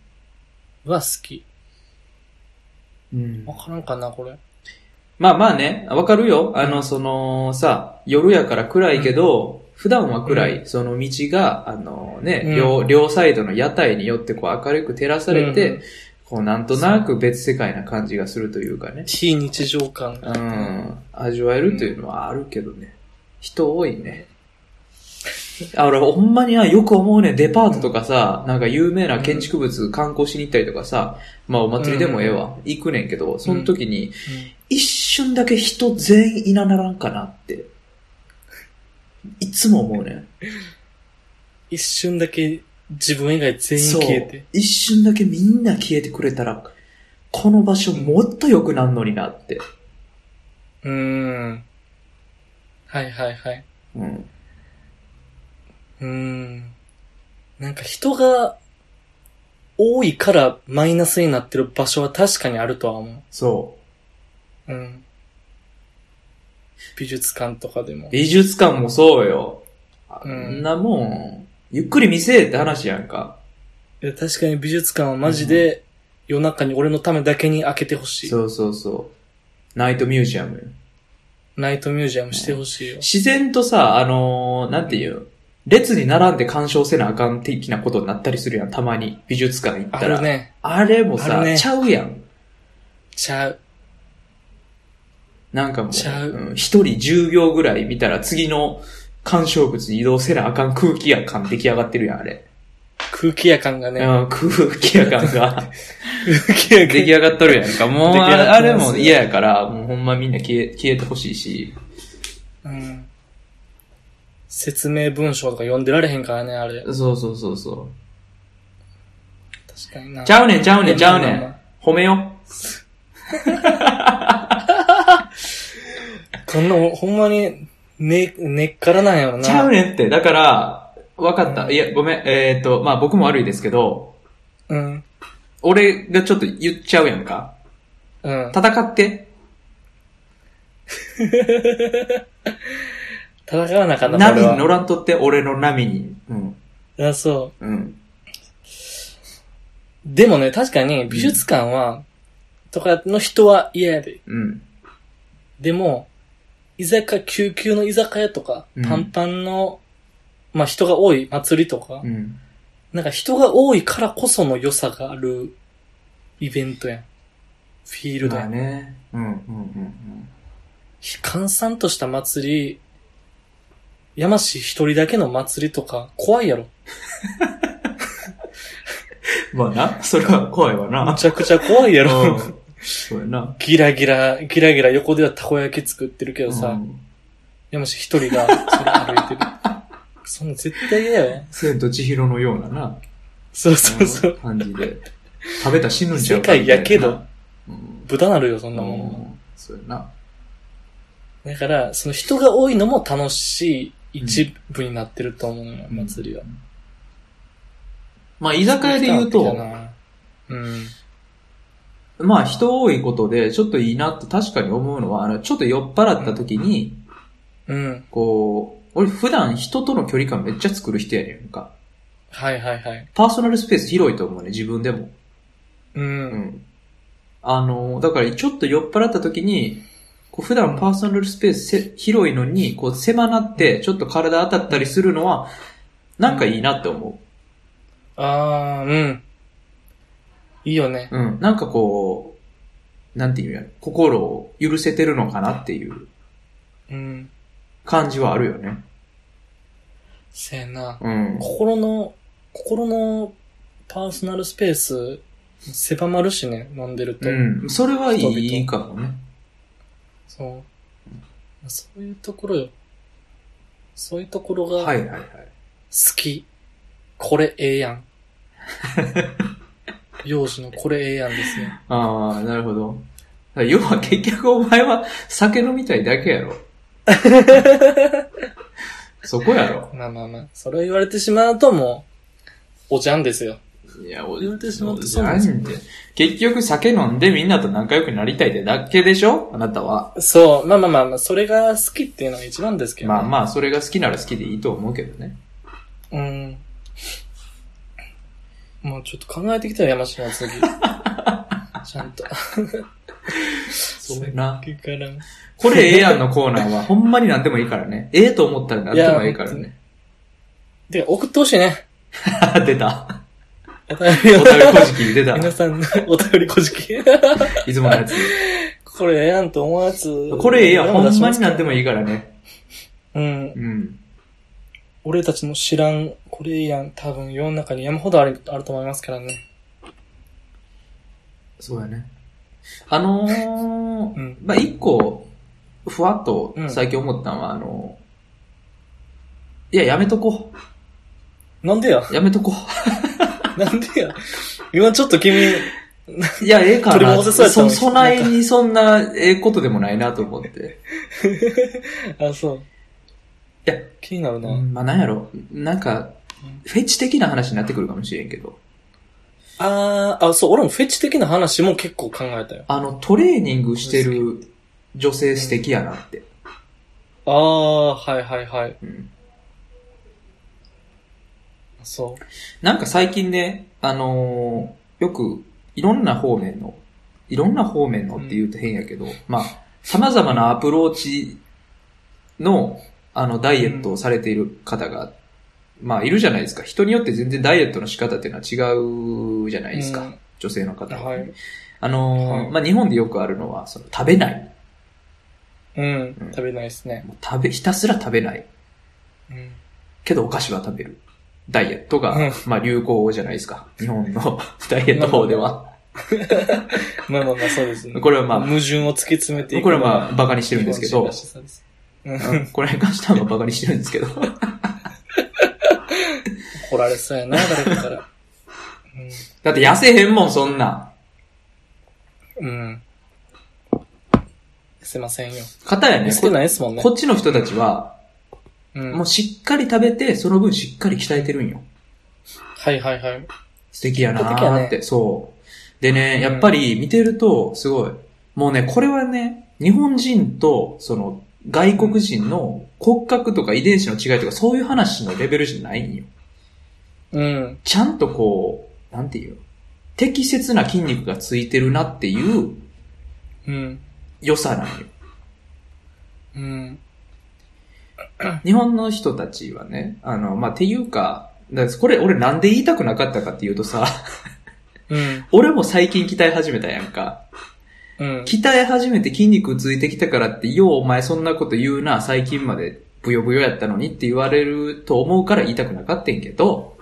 [SPEAKER 2] は好き。
[SPEAKER 1] うん
[SPEAKER 2] わからんかな、これ。
[SPEAKER 1] まあまあね、わかるよ。あの、その、さ、夜やから暗いけど、普段は暗い。その道が、あのね、
[SPEAKER 2] うん
[SPEAKER 1] 両、両サイドの屋台によってこう明るく照らされて、
[SPEAKER 2] うん
[SPEAKER 1] こうなんとなく別世界な感じがするというかね。
[SPEAKER 2] 非日常感
[SPEAKER 1] う
[SPEAKER 2] が。
[SPEAKER 1] ん。味わえるというのはあるけどね。人多いね。あ、俺ほんまにあよく思うね。デパートとかさ、なんか有名な建築物観光しに行ったりとかさ、まあお祭りでもええわ。行くねんけど、その時に、一瞬だけ人全員いなならんかなって。いつも思うねん。
[SPEAKER 2] 一瞬だけ自分以外全員消え
[SPEAKER 1] そう
[SPEAKER 2] て。
[SPEAKER 1] 一瞬だけみんな消えてくれたら、この場所もっと良くなんのになって。
[SPEAKER 2] うーん。はいはいはい。
[SPEAKER 1] うん。
[SPEAKER 2] うーん。なんか人が多いからマイナスになってる場所は確かにあるとは思。
[SPEAKER 1] そう
[SPEAKER 2] うん。美術館とかでも
[SPEAKER 1] う。。美術館もそうよ。あ
[SPEAKER 2] うん
[SPEAKER 1] んなもん、ゆっくり見せえって話やんか。
[SPEAKER 2] いや確かに美術館はマジで夜中に俺のためだけに開けてほしい。
[SPEAKER 1] そうそうそう。ナイトミュージアムよ。
[SPEAKER 2] ナイトミュージアムしてほしいよ。
[SPEAKER 1] 自然とさ、あのーなんていう、列に並んで鑑賞せなあかん的なことになったりするやん、たまに。美術館行った
[SPEAKER 2] あ
[SPEAKER 1] ら。
[SPEAKER 2] るね。
[SPEAKER 1] あれもさ、
[SPEAKER 2] あるね
[SPEAKER 1] ちゃうやん。
[SPEAKER 2] ちゃう。
[SPEAKER 1] なんかもう、
[SPEAKER 2] ちゃうん
[SPEAKER 1] 一、人10秒ぐらい見たら次の鑑賞物に移動せなあかん空気や感出来上がってるやん、あれ。
[SPEAKER 2] 空気や感が
[SPEAKER 1] うん、
[SPEAKER 2] ね。
[SPEAKER 1] 空気や感が
[SPEAKER 2] 空 気や
[SPEAKER 1] 出来上がっとるやんか。もう、
[SPEAKER 2] 出来上が
[SPEAKER 1] ああ
[SPEAKER 2] って
[SPEAKER 1] れ
[SPEAKER 2] ますよ
[SPEAKER 1] も嫌やから、もうほんまみんな消え消えてほしいし。
[SPEAKER 2] うん。説明文章とか読んでられへんからね、あれ。
[SPEAKER 1] そうそうそうそ
[SPEAKER 2] 確かにな。
[SPEAKER 1] う。ちゃうねん、ちゃうねん、ちゃうね
[SPEAKER 2] まあまあ
[SPEAKER 1] ん
[SPEAKER 2] ま。
[SPEAKER 1] 褒めよ。
[SPEAKER 2] こんなもん、ほんまに、ね、根っからなんやろな。
[SPEAKER 1] ちゃうねんって。だから、わかった。
[SPEAKER 2] うん
[SPEAKER 1] いや、ごめん。えっ、ー、と、まあ僕も悪いですけど、
[SPEAKER 2] うん。
[SPEAKER 1] 俺がちょっと言っちゃうやんか。
[SPEAKER 2] うん。
[SPEAKER 1] 戦って。
[SPEAKER 2] 戦わなかった
[SPEAKER 1] 波に乗
[SPEAKER 2] 俺
[SPEAKER 1] らんとって、俺の波に。うん。
[SPEAKER 2] はあ、そう。
[SPEAKER 1] うん。
[SPEAKER 2] でもね、確かに美術館は、とかの人は嫌やで。
[SPEAKER 1] うん。
[SPEAKER 2] でも、居酒屋、救急の居酒屋とか、
[SPEAKER 1] うん
[SPEAKER 2] パンパンの、まあ人が多い祭りとか、
[SPEAKER 1] うん。
[SPEAKER 2] なんか人が多いからこその良さがあるイベントやん。フィールド
[SPEAKER 1] ま
[SPEAKER 2] や
[SPEAKER 1] あ
[SPEAKER 2] ん。
[SPEAKER 1] ね。うん、うん、うん
[SPEAKER 2] 閑散とした祭り、山市一人だけの祭りとか、怖いやろ。
[SPEAKER 1] うん。まあな、それは怖いわな
[SPEAKER 2] む。ちゃくちゃ怖いや
[SPEAKER 1] う
[SPEAKER 2] ろ。
[SPEAKER 1] ん そうやな。
[SPEAKER 2] ギラギラ、ギラギラ横ではたこ焼き作ってるけどさ、
[SPEAKER 1] うん
[SPEAKER 2] 山市一人がそれ歩い てる。そんな絶対嫌やわ。
[SPEAKER 1] 千と千尋のようなな。
[SPEAKER 2] そうそうそう。
[SPEAKER 1] ん感じで。食べたら死ぬんちゃうか
[SPEAKER 2] 世界やけど
[SPEAKER 1] みたいな。うん
[SPEAKER 2] 豚なるよ、そんなもん。
[SPEAKER 1] うん。そうやな。
[SPEAKER 2] だから、その人が多いのも楽しい一部になってると思うのよ、祭りは。
[SPEAKER 1] まあ、居酒屋で言う
[SPEAKER 2] 来た
[SPEAKER 1] と、
[SPEAKER 2] な、うん。
[SPEAKER 1] まあ、人多いことで、ちょっといいなって確かに思うのは、あの、ちょっと酔っ払った時に、
[SPEAKER 2] うん。
[SPEAKER 1] こう、俺普段人との距離感めっちゃ作る人やねんか。
[SPEAKER 2] はいはいはい。
[SPEAKER 1] パーソナルスペース広いと思うね、自分でも。
[SPEAKER 2] う。
[SPEAKER 1] うんん。あの、だからちょっと酔っ払った時に、こう普段パーソナルスペースせ広いのに、こう狭なって、ちょっと体当たったりするのは、なんかいいなって思
[SPEAKER 2] あー、うん。いいよね。
[SPEAKER 1] う。うん。なんかこう、なんていうんやろ、心を許せてるのかなっていう
[SPEAKER 2] うん。
[SPEAKER 1] 感じはあるよね。
[SPEAKER 2] せやな。
[SPEAKER 1] うん。
[SPEAKER 2] 心の、心のパーソナルスペース狭まるしね、飲んでると。
[SPEAKER 1] うん。それはいい
[SPEAKER 2] 人
[SPEAKER 1] かもね。
[SPEAKER 2] そう。そういうところよ。そういうところが
[SPEAKER 1] は
[SPEAKER 2] 好
[SPEAKER 1] いはいはい。
[SPEAKER 2] き。これええや ん。幼児のこれええやんですよ。
[SPEAKER 1] ああ、なるほど。ら要は結局お前は 酒飲みたいだけやろ。 そこやろ。
[SPEAKER 2] まあまあまあ、それを言われてしまうともう、おじゃんですよ。
[SPEAKER 1] いや、
[SPEAKER 2] 言われてしまって
[SPEAKER 1] そ
[SPEAKER 2] そうう
[SPEAKER 1] な
[SPEAKER 2] なんん
[SPEAKER 1] で
[SPEAKER 2] ですす
[SPEAKER 1] よ
[SPEAKER 2] よ。
[SPEAKER 1] 結局酒飲んでみんなと仲良くなりたいってだけでしょあなたは。
[SPEAKER 2] そう、まあまあまあまあ、それが好きっていうのが一番ですけど、
[SPEAKER 1] まあまあ、それが好きなら好きでいいと思うけどね。
[SPEAKER 2] あ。うん。もうちょっと考えてきたよ、山下 の次。ちゃんと。
[SPEAKER 1] そうやな。
[SPEAKER 2] 結からん。
[SPEAKER 1] これええやんのコーナーは、 ほんまになんでもいいからね。ええと思ったらなんでもええからね。
[SPEAKER 2] で、送ってほしいね。
[SPEAKER 1] 出た。
[SPEAKER 2] お便り
[SPEAKER 1] お
[SPEAKER 2] を。
[SPEAKER 1] 便り こじき出た。
[SPEAKER 2] 皆さんのお便りこじき。
[SPEAKER 1] いつものやつ。
[SPEAKER 2] これええやんと思うやつ。
[SPEAKER 1] これええやん。ほんまになんで
[SPEAKER 2] も。
[SPEAKER 1] もいいからね。
[SPEAKER 2] うん。
[SPEAKER 1] うん。
[SPEAKER 2] 俺たちの知らん、これええやん。多分世の中に山ほどあるあると思いますからね。
[SPEAKER 1] そうやね。あのー、
[SPEAKER 2] うん
[SPEAKER 1] まあ、一個、ふわっと
[SPEAKER 2] うん
[SPEAKER 1] 最近思ったのは、あのー、いや、やめとこ
[SPEAKER 2] なんでや
[SPEAKER 1] う。やめとこ
[SPEAKER 2] なんでや今ちょっと君、
[SPEAKER 1] う。いや、ええか
[SPEAKER 2] 取り
[SPEAKER 1] な。
[SPEAKER 2] 戻せそうやったのに
[SPEAKER 1] 備えにそんな、ええことでもないなと思って。
[SPEAKER 2] あ、そう。
[SPEAKER 1] いや、
[SPEAKER 2] 気になるな。
[SPEAKER 1] うんまあ、なんやろ。なんか、フェチ的な話になってくるかもしれんけど。
[SPEAKER 2] あー、あ、そう、俺もフェチ的な話も結構考えたよ。
[SPEAKER 1] あの、トレーニングしてる女性素敵やなって。
[SPEAKER 2] あー、はいはいはい。
[SPEAKER 1] うん
[SPEAKER 2] そ
[SPEAKER 1] なんか最近ね、あのーよく、いろんな方面の、いろんな方面のって言うと変やけど、まあ、様々なアプローチの、あの、ダイエットをされている方が、まあ、いるじゃないですか。人によって全然ダイエットの仕方っていうのは違うじゃな
[SPEAKER 2] う。
[SPEAKER 1] いですか。
[SPEAKER 2] うん
[SPEAKER 1] 女性の方は
[SPEAKER 2] はい。
[SPEAKER 1] あのー
[SPEAKER 2] はい
[SPEAKER 1] まあ、日本でよくあるのは、その、食べない。
[SPEAKER 2] うん
[SPEAKER 1] うん。
[SPEAKER 2] 食べないですね。
[SPEAKER 1] もう食べ、ひたすら食べない。
[SPEAKER 2] うん。
[SPEAKER 1] けどお菓子は食べる。ダイエットが、
[SPEAKER 2] うん
[SPEAKER 1] まあ流行じゃないですか。日本 のダイエット法では。
[SPEAKER 2] まあまあまあ、そうですね。
[SPEAKER 1] これはまあ
[SPEAKER 2] 矛盾を突き詰めていく。
[SPEAKER 1] これはまあバカにしてるんですけど、
[SPEAKER 2] うん。
[SPEAKER 1] うんこれに関してはまあバカにしてるんですけど。
[SPEAKER 2] 怒られそうやな、誰かから。
[SPEAKER 1] だって痩せへんもん、そんなん。
[SPEAKER 2] うん。うん。すいませんよ。
[SPEAKER 1] 方やね
[SPEAKER 2] 見つけ
[SPEAKER 1] こ。
[SPEAKER 2] ないですもんね
[SPEAKER 1] こ。っちの人たちは、
[SPEAKER 2] うん。
[SPEAKER 1] もうしっかり食べて、その分しっかり鍛えてるんよ。
[SPEAKER 2] はいはいはい。
[SPEAKER 1] 素敵やな
[SPEAKER 2] 素敵や
[SPEAKER 1] ー
[SPEAKER 2] ね
[SPEAKER 1] って、そう。でね、
[SPEAKER 2] うん
[SPEAKER 1] やっぱり見てると、すごい。もうね、これはね、日本人と、その、外国人の骨格とか遺伝子の違いとか、そういう話のレベルじゃないんよ。
[SPEAKER 2] うん。
[SPEAKER 1] ちゃんとこう、なんていうの適切な筋肉がついてるなっていう
[SPEAKER 2] うん。
[SPEAKER 1] 良さなんよ。
[SPEAKER 2] うん。
[SPEAKER 1] 日本の人たちはね、あの、まあ、っていうか、だからこれ俺なんで言いたくなかったかっていうとさ、
[SPEAKER 2] うん。
[SPEAKER 1] 俺も最近鍛え始めたやんか。
[SPEAKER 2] うん。
[SPEAKER 1] 鍛え始めて筋肉ついてきたからって、ようお前そんなこと言うな、最近までブヨブヨやったのにって言われると思うから言いたくなかってんけ ど、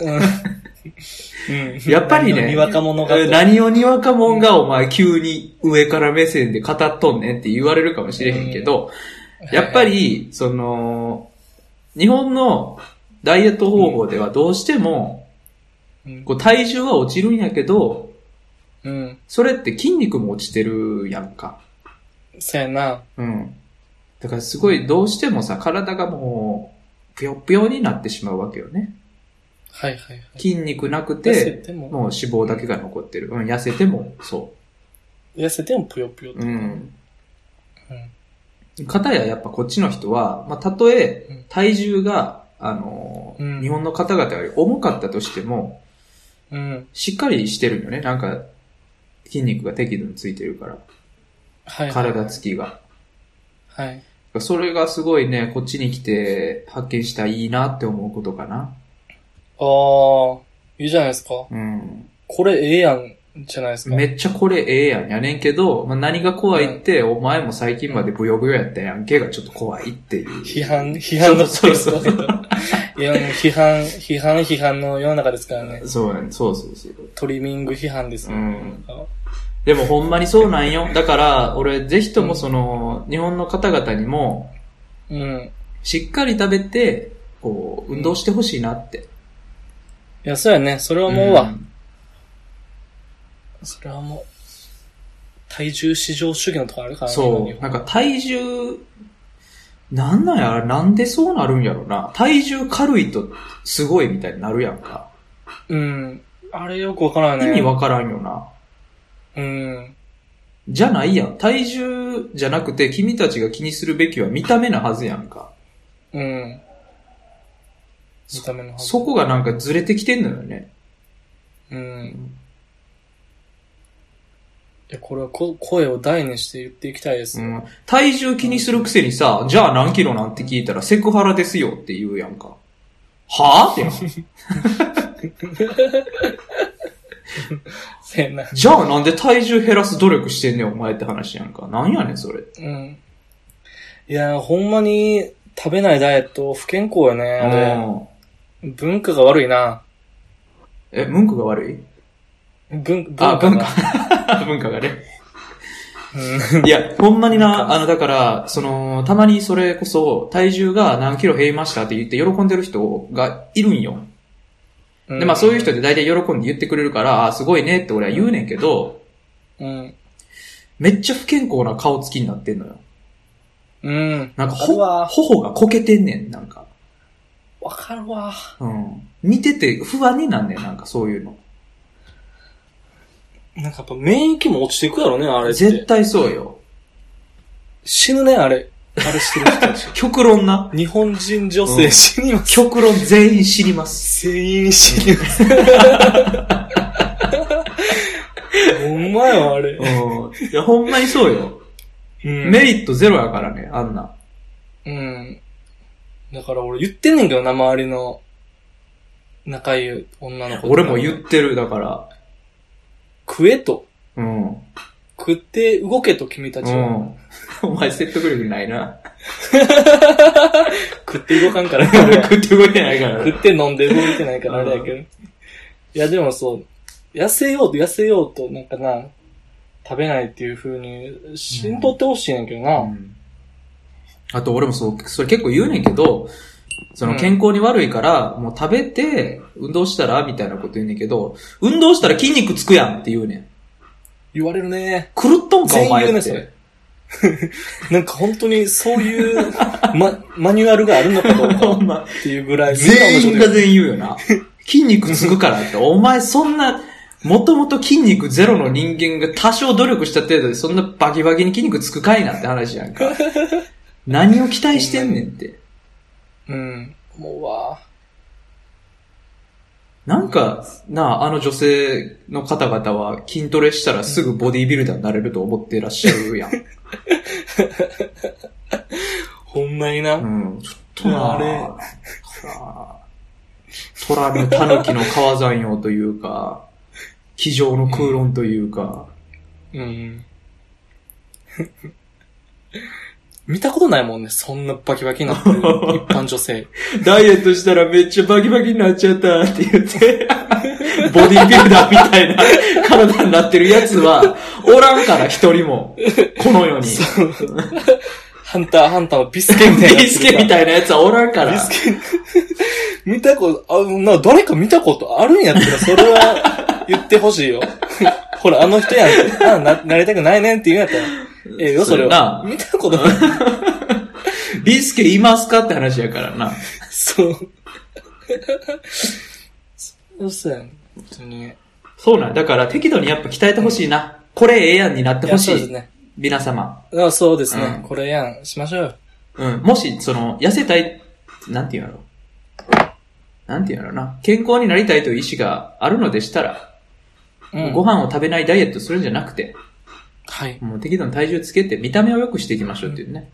[SPEAKER 2] うん。
[SPEAKER 1] やっぱりね
[SPEAKER 2] 何のにわか者が。
[SPEAKER 1] 何をにわかもんがお前急に上から目線で語っとんねんって言われるかもしれへんけど、やっぱり、その、日本のダイエット方法ではどうしても、
[SPEAKER 2] うん
[SPEAKER 1] こう体重は落ちるんやけど、
[SPEAKER 2] うん。
[SPEAKER 1] それって筋肉も落ちてるやんか。
[SPEAKER 2] そうやな。
[SPEAKER 1] うん。だからすごいどうしてもさ、体がもう、ぷよぷよになってしまうわけよね。
[SPEAKER 2] はいはいはい。
[SPEAKER 1] 筋肉なく
[SPEAKER 2] 痩せ
[SPEAKER 1] て、
[SPEAKER 2] て
[SPEAKER 1] も
[SPEAKER 2] も、
[SPEAKER 1] う脂肪だけが残ってる。うん、痩せても、そ
[SPEAKER 2] 痩せてもぷよぷよ
[SPEAKER 1] う。うん。
[SPEAKER 2] うん
[SPEAKER 1] かたややっぱこっちの人は、まあ、たと
[SPEAKER 2] う
[SPEAKER 1] え
[SPEAKER 2] ん
[SPEAKER 1] 体重が、あのー
[SPEAKER 2] うん
[SPEAKER 1] 日本の方々より重かったとしても、
[SPEAKER 2] うん。
[SPEAKER 1] しっかりしてるよね。なんか、筋肉が適度についてるから。
[SPEAKER 2] はい。
[SPEAKER 1] 体つきが。
[SPEAKER 2] はい。
[SPEAKER 1] それがすごいね、こっちに来て発見したいいなって思うことかな。
[SPEAKER 2] あー、いいじゃないですか。
[SPEAKER 1] うん。
[SPEAKER 2] これええやん、じゃないですか。
[SPEAKER 1] めっちゃこれええやんやねんけど、まあ、何が怖いって、お前も最近までブヨブヨやったやんけがちょっと怖いっていう。
[SPEAKER 2] 批判、批判の
[SPEAKER 1] そうそうそう
[SPEAKER 2] いや、もう批判、批判、批判の世の中ですからね。
[SPEAKER 1] そうやねそうそうそう。
[SPEAKER 2] トリミング批判です
[SPEAKER 1] う
[SPEAKER 2] ね。
[SPEAKER 1] ん。でもほんまにそうなん よ。だから、俺、ぜひともその、日本の方々にも、
[SPEAKER 2] うん。
[SPEAKER 1] しっかり食べて、こう、運動してほしいなって。
[SPEAKER 2] いや、そうやね。それはもうわ。
[SPEAKER 1] ん
[SPEAKER 2] それはもう。体重至上主義のとこあるからね今
[SPEAKER 1] そ
[SPEAKER 2] 日
[SPEAKER 1] う。
[SPEAKER 2] 本
[SPEAKER 1] なんか体重、なんなんや、あれなんでそうなるんやろな。体重軽いとすごいみたいになるやんか。
[SPEAKER 2] うん。あれよくわからない
[SPEAKER 1] 意
[SPEAKER 2] ね。
[SPEAKER 1] 味わからんよな。
[SPEAKER 2] うん。
[SPEAKER 1] じゃないやん。体重じゃなくて君たちが気にするべきは見た目なはずやんか。
[SPEAKER 2] うん。見た目の
[SPEAKER 1] そこがなんかずれてきてんのよね。
[SPEAKER 2] うん。いや、これはこ声を大にして言っていきたいです。
[SPEAKER 1] うん。体重気にするくせにさ、じゃあ何キロなんて聞いたらセクハラですよって言うやんか。はぁってなる
[SPEAKER 2] せやな。
[SPEAKER 1] じゃあなんで体重減らす努力してんねんお前って話やんか。なんやねんそれ。
[SPEAKER 2] うん。いや、ほんまに食べないダイエット不健康よね、あれ。
[SPEAKER 1] うん
[SPEAKER 2] 文化が悪いな。
[SPEAKER 1] え、文句が悪い
[SPEAKER 2] 文、文
[SPEAKER 1] あ、
[SPEAKER 2] 化
[SPEAKER 1] 文
[SPEAKER 2] が
[SPEAKER 1] 化。。文化がね。
[SPEAKER 2] うん
[SPEAKER 1] いや、ほんまに
[SPEAKER 2] 文
[SPEAKER 1] な、
[SPEAKER 2] 化
[SPEAKER 1] あの、だから、その、たまにそれこそ、体重が何キロ減りましたって言って喜んでる人がいるんよ。
[SPEAKER 2] うん
[SPEAKER 1] で、まあそういう人って大体喜んで言ってくれるから、あーすごいねって俺は言うねんけど、
[SPEAKER 2] うん。
[SPEAKER 1] めっちゃ不健康な顔つきになってんのよ。
[SPEAKER 2] うん。
[SPEAKER 1] なんか、
[SPEAKER 2] わかる
[SPEAKER 1] ほ、
[SPEAKER 2] わ
[SPEAKER 1] 頬がこけてんねん、なんか。
[SPEAKER 2] わかるわ。
[SPEAKER 1] うん。見てて不安になんねん、なんかそういうの。
[SPEAKER 2] なんかやっぱ免疫も落ちていくやろね、あれって
[SPEAKER 1] 絶。対そうよ。
[SPEAKER 2] 死ぬね、あれ。あれしてる人たち。
[SPEAKER 1] 極論な。
[SPEAKER 2] 日本人女
[SPEAKER 1] う
[SPEAKER 2] 性
[SPEAKER 1] ん
[SPEAKER 2] 死にます。
[SPEAKER 1] 極論全員知ります。
[SPEAKER 2] 全員死にます。ほんまよ、あれ
[SPEAKER 1] う。ん。いや、ほんまにそうよ。
[SPEAKER 2] うん
[SPEAKER 1] メリットゼロやからね、あんな。
[SPEAKER 2] うん。だから俺言ってんねんけどな、周りの仲いい女の子
[SPEAKER 1] 俺も言ってる、だから。
[SPEAKER 2] 食えと。
[SPEAKER 1] うん。うん。
[SPEAKER 2] 食って動けと、君たちは。
[SPEAKER 1] お前説得力ない な。
[SPEAKER 2] 食って動かんからね、俺 は
[SPEAKER 1] 食って動いてないから
[SPEAKER 2] 食
[SPEAKER 1] ね。
[SPEAKER 2] って飲んで動いてないからあれやけど。いや、でもそう、痩せようと痩せようと、なんかな、食べないっていう風に浸透ってほしいねんけどな。
[SPEAKER 1] うんあと俺もそう、それ結構言うねんけど、そうの
[SPEAKER 2] ん
[SPEAKER 1] 健康に悪いから、もう食べて、運動したらみたいなこと言うねんけど、運動したら筋肉つくやんって言うねん。
[SPEAKER 2] 言われるね。
[SPEAKER 1] 狂っとんか
[SPEAKER 2] 全
[SPEAKER 1] お
[SPEAKER 2] 員言
[SPEAKER 1] 前
[SPEAKER 2] うね、
[SPEAKER 1] っ
[SPEAKER 2] それ
[SPEAKER 1] て。。
[SPEAKER 2] なんか本当にそういう、ま、マニュアルがあるのかどうか
[SPEAKER 1] ほんま
[SPEAKER 2] っていうぐらい、みんな同じ
[SPEAKER 1] 全
[SPEAKER 2] こ
[SPEAKER 1] 員
[SPEAKER 2] と
[SPEAKER 1] が
[SPEAKER 2] 言う
[SPEAKER 1] 全員言うよな。筋肉つくから って、お前そんな、もともと筋肉ゼロの人間が多少努力した程度でそんなバキバキに筋肉つくかいなって話やん か。何を期待してんねんって。
[SPEAKER 2] うん。もうわ
[SPEAKER 1] なんか、なあ、あの女性の方々は筋トレしたらすぐボディービルダーになれると思ってらっしゃる やん。
[SPEAKER 2] ほんまにな。
[SPEAKER 1] うん。ちょっとな
[SPEAKER 2] あれ
[SPEAKER 1] トラの狸の川山用というか、机上の空論というか、
[SPEAKER 2] うん。見たことないもんね、そんなバキバキになってる一般女性。
[SPEAKER 1] ダイエットしたらめっちゃバキバキになっちゃったって言 って、ボディービルダーみたいな体になってるやつは、おらんから一人も、この世に。
[SPEAKER 2] ハンター、ハンターのビスケみたいな。
[SPEAKER 1] ビスケみ
[SPEAKER 2] い
[SPEAKER 1] たいなやつはおらんから。
[SPEAKER 2] な。見たこと、あ、な、誰か見たことあるんやったら、それは言ってほしいよ。ほら、あの人やんって。あ、な、なりたくないねんって言うんやったら。ええよ、それは
[SPEAKER 1] そ。う
[SPEAKER 2] 見たことない。
[SPEAKER 1] ビスケいますかって話やからな。
[SPEAKER 2] そう。そうそうやん。本当にね。
[SPEAKER 1] そうなんだから適度にやっぱ鍛えてほしいな。これええやんになってほ
[SPEAKER 2] や
[SPEAKER 1] し
[SPEAKER 2] そうです
[SPEAKER 1] い。
[SPEAKER 2] ね。
[SPEAKER 1] 皆様。
[SPEAKER 2] あそうですね、
[SPEAKER 1] うん
[SPEAKER 2] これやん。しましょうよ。
[SPEAKER 1] うん。もし、その、痩せたい、なんて言うのなんて言うのな。健康になりたいという意思があるのでしたら、
[SPEAKER 2] うん。
[SPEAKER 1] ご飯を食べないダイエットするんじゃなくて、
[SPEAKER 2] はい。
[SPEAKER 1] もう適度に体重つけて見た目を良くしていきましょうっていうね。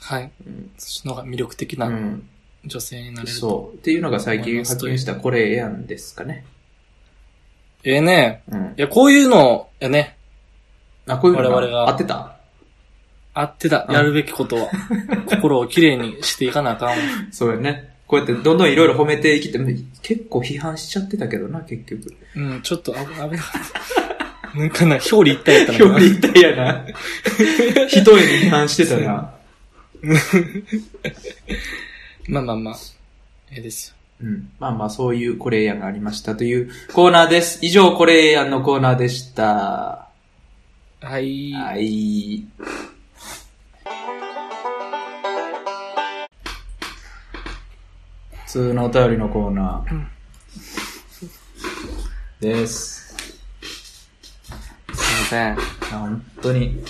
[SPEAKER 2] はい。そっちの方が魅力的
[SPEAKER 1] う。
[SPEAKER 2] なん女性になれると。
[SPEAKER 1] そう。っていうのが最近発見したこれええやんですかね。
[SPEAKER 2] ええね。
[SPEAKER 1] うん。
[SPEAKER 2] いや、こういうの、やね。
[SPEAKER 1] あ、こういうの
[SPEAKER 2] 我々
[SPEAKER 1] が
[SPEAKER 2] が
[SPEAKER 1] 合ってた
[SPEAKER 2] あってた。
[SPEAKER 1] うん
[SPEAKER 2] やるべ きことは。心をきれいにしていかなあかんわ。
[SPEAKER 1] そうやね。こうやってどんどんいろいろ褒めていきて、結構批判しちゃってたけどな、結局。
[SPEAKER 2] うん、ちょっと危ない危なかった。なんかな、表裏一体やっ た
[SPEAKER 1] 表
[SPEAKER 2] な。
[SPEAKER 1] 裏一体や な。一重に批判してたな。
[SPEAKER 2] まあまあまあ。ええですよ。
[SPEAKER 1] うん。まあまあ、そういうこれええやんがありましたというコーナーです。以上、これええやんのコーナーでした。
[SPEAKER 2] はい。
[SPEAKER 1] はい。普通のお便りのコーナー。です。
[SPEAKER 2] すいません。
[SPEAKER 1] 本当に、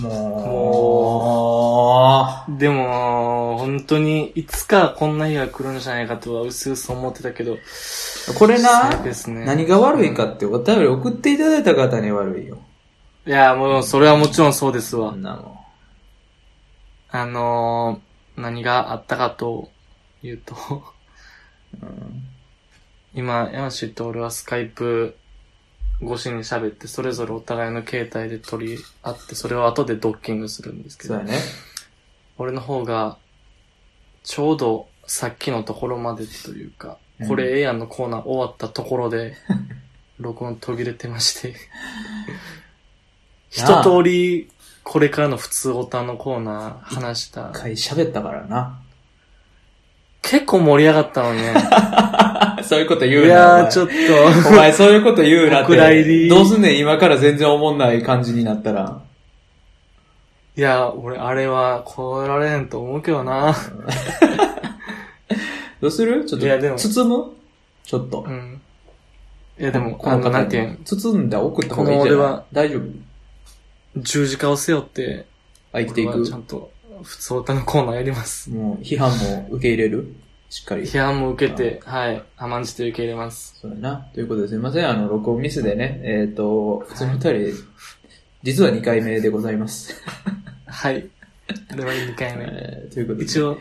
[SPEAKER 1] も
[SPEAKER 2] でも、本当に、いつかこんな日が来るんじゃないかとは、うすうす思ってたけど。
[SPEAKER 1] う、これな、
[SPEAKER 2] そうですね
[SPEAKER 1] 何が悪いかってお便り送っていただいた方に悪いよ。
[SPEAKER 2] いや、もう、それはもちろんそうです
[SPEAKER 1] こ
[SPEAKER 2] わ
[SPEAKER 1] ん。なの。
[SPEAKER 2] あのー、何があったかと、言うと、 今、山氏と俺はスカイプ越しに喋って、それぞれお互いの携帯で取り合って、それを後でドッキングするんですけ
[SPEAKER 1] そう
[SPEAKER 2] ど
[SPEAKER 1] や、ね。
[SPEAKER 2] 俺の方が、ちょうどさっきのところまでというか、
[SPEAKER 1] うん
[SPEAKER 2] これええやんのコーナー終わったとこ ろで、録音途切れてまして。
[SPEAKER 1] な
[SPEAKER 2] 一
[SPEAKER 1] あ
[SPEAKER 2] 通り、これからの普通オタのコーナー話した
[SPEAKER 1] 一。回喋ったからな。
[SPEAKER 2] 結構盛り上がったのね。
[SPEAKER 1] そういうこと
[SPEAKER 2] い
[SPEAKER 1] 言うな。
[SPEAKER 2] やー、ちょ
[SPEAKER 1] っ
[SPEAKER 2] っと。
[SPEAKER 1] お前そういうこと言うなっ
[SPEAKER 2] お蔵入
[SPEAKER 1] て。
[SPEAKER 2] り
[SPEAKER 1] どうすんねん、今から全然思んない感じになったら。
[SPEAKER 2] いや、俺、あれは超えられんと思うけどな。
[SPEAKER 1] どうするちょっ
[SPEAKER 2] いやで
[SPEAKER 1] と、
[SPEAKER 2] も
[SPEAKER 1] 包むちょっと
[SPEAKER 2] う。ん。いや、でも、
[SPEAKER 1] こ
[SPEAKER 2] あ
[SPEAKER 1] の
[SPEAKER 2] の、
[SPEAKER 1] 方
[SPEAKER 2] なんてい
[SPEAKER 1] に
[SPEAKER 2] う
[SPEAKER 1] 包んだ送った方がいいんじゃ
[SPEAKER 2] この
[SPEAKER 1] な
[SPEAKER 2] 俺
[SPEAKER 1] い
[SPEAKER 2] は
[SPEAKER 1] 大丈夫
[SPEAKER 2] ん十字架を背負って、
[SPEAKER 1] あ、生きてい
[SPEAKER 2] 俺はちゃ
[SPEAKER 1] く
[SPEAKER 2] んと、普通オタのコーナーやります。
[SPEAKER 1] もう、批判も受け入れるしっかり。
[SPEAKER 2] 批判も受けて、はい、甘んじて受け入れます。
[SPEAKER 1] そうだな。ということですいません。あの、録音ミスでね。えっ、と、普通の二人、実は2回目でございます。
[SPEAKER 2] はい。これは2回目。
[SPEAKER 1] えーということで。
[SPEAKER 2] 一応、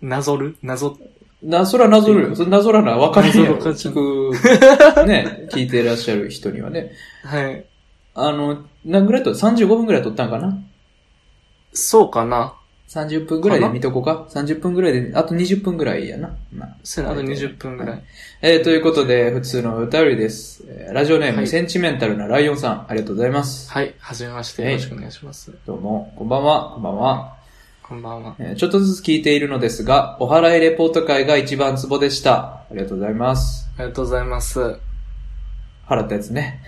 [SPEAKER 2] なぞるなぞ、
[SPEAKER 1] な、そらなぞるよ。そなぞらな、わかりやろ。
[SPEAKER 2] なぞるかち
[SPEAKER 1] 聞
[SPEAKER 2] ゃん
[SPEAKER 1] く、ね、聞いてらっしゃる人にはね。
[SPEAKER 2] はい。
[SPEAKER 1] あの、何ぐらいと、35分ぐらい撮ったんかな
[SPEAKER 2] そうかな
[SPEAKER 1] ?30 分ぐらいで見とこうか ?30 分ぐらいで、あと20分ぐらいやな。まあ
[SPEAKER 2] そうやなあと20分ぐらい。
[SPEAKER 1] えーということで、普通のお便りです。えーラジオネーム、
[SPEAKER 2] はい
[SPEAKER 1] センチメンタルなライオンさん、ありがとうございます。
[SPEAKER 2] はい、はじめまして。
[SPEAKER 1] はい
[SPEAKER 2] よろしくお願いします。
[SPEAKER 1] どうも、こんばんは、こんばんは。
[SPEAKER 2] こんばんは。
[SPEAKER 1] えーちょっとずつ聞いているのですが、お祓いレポート会が一番ツボでした。ありがとうございます。
[SPEAKER 2] ありがとうございます。
[SPEAKER 1] 払ったやつね。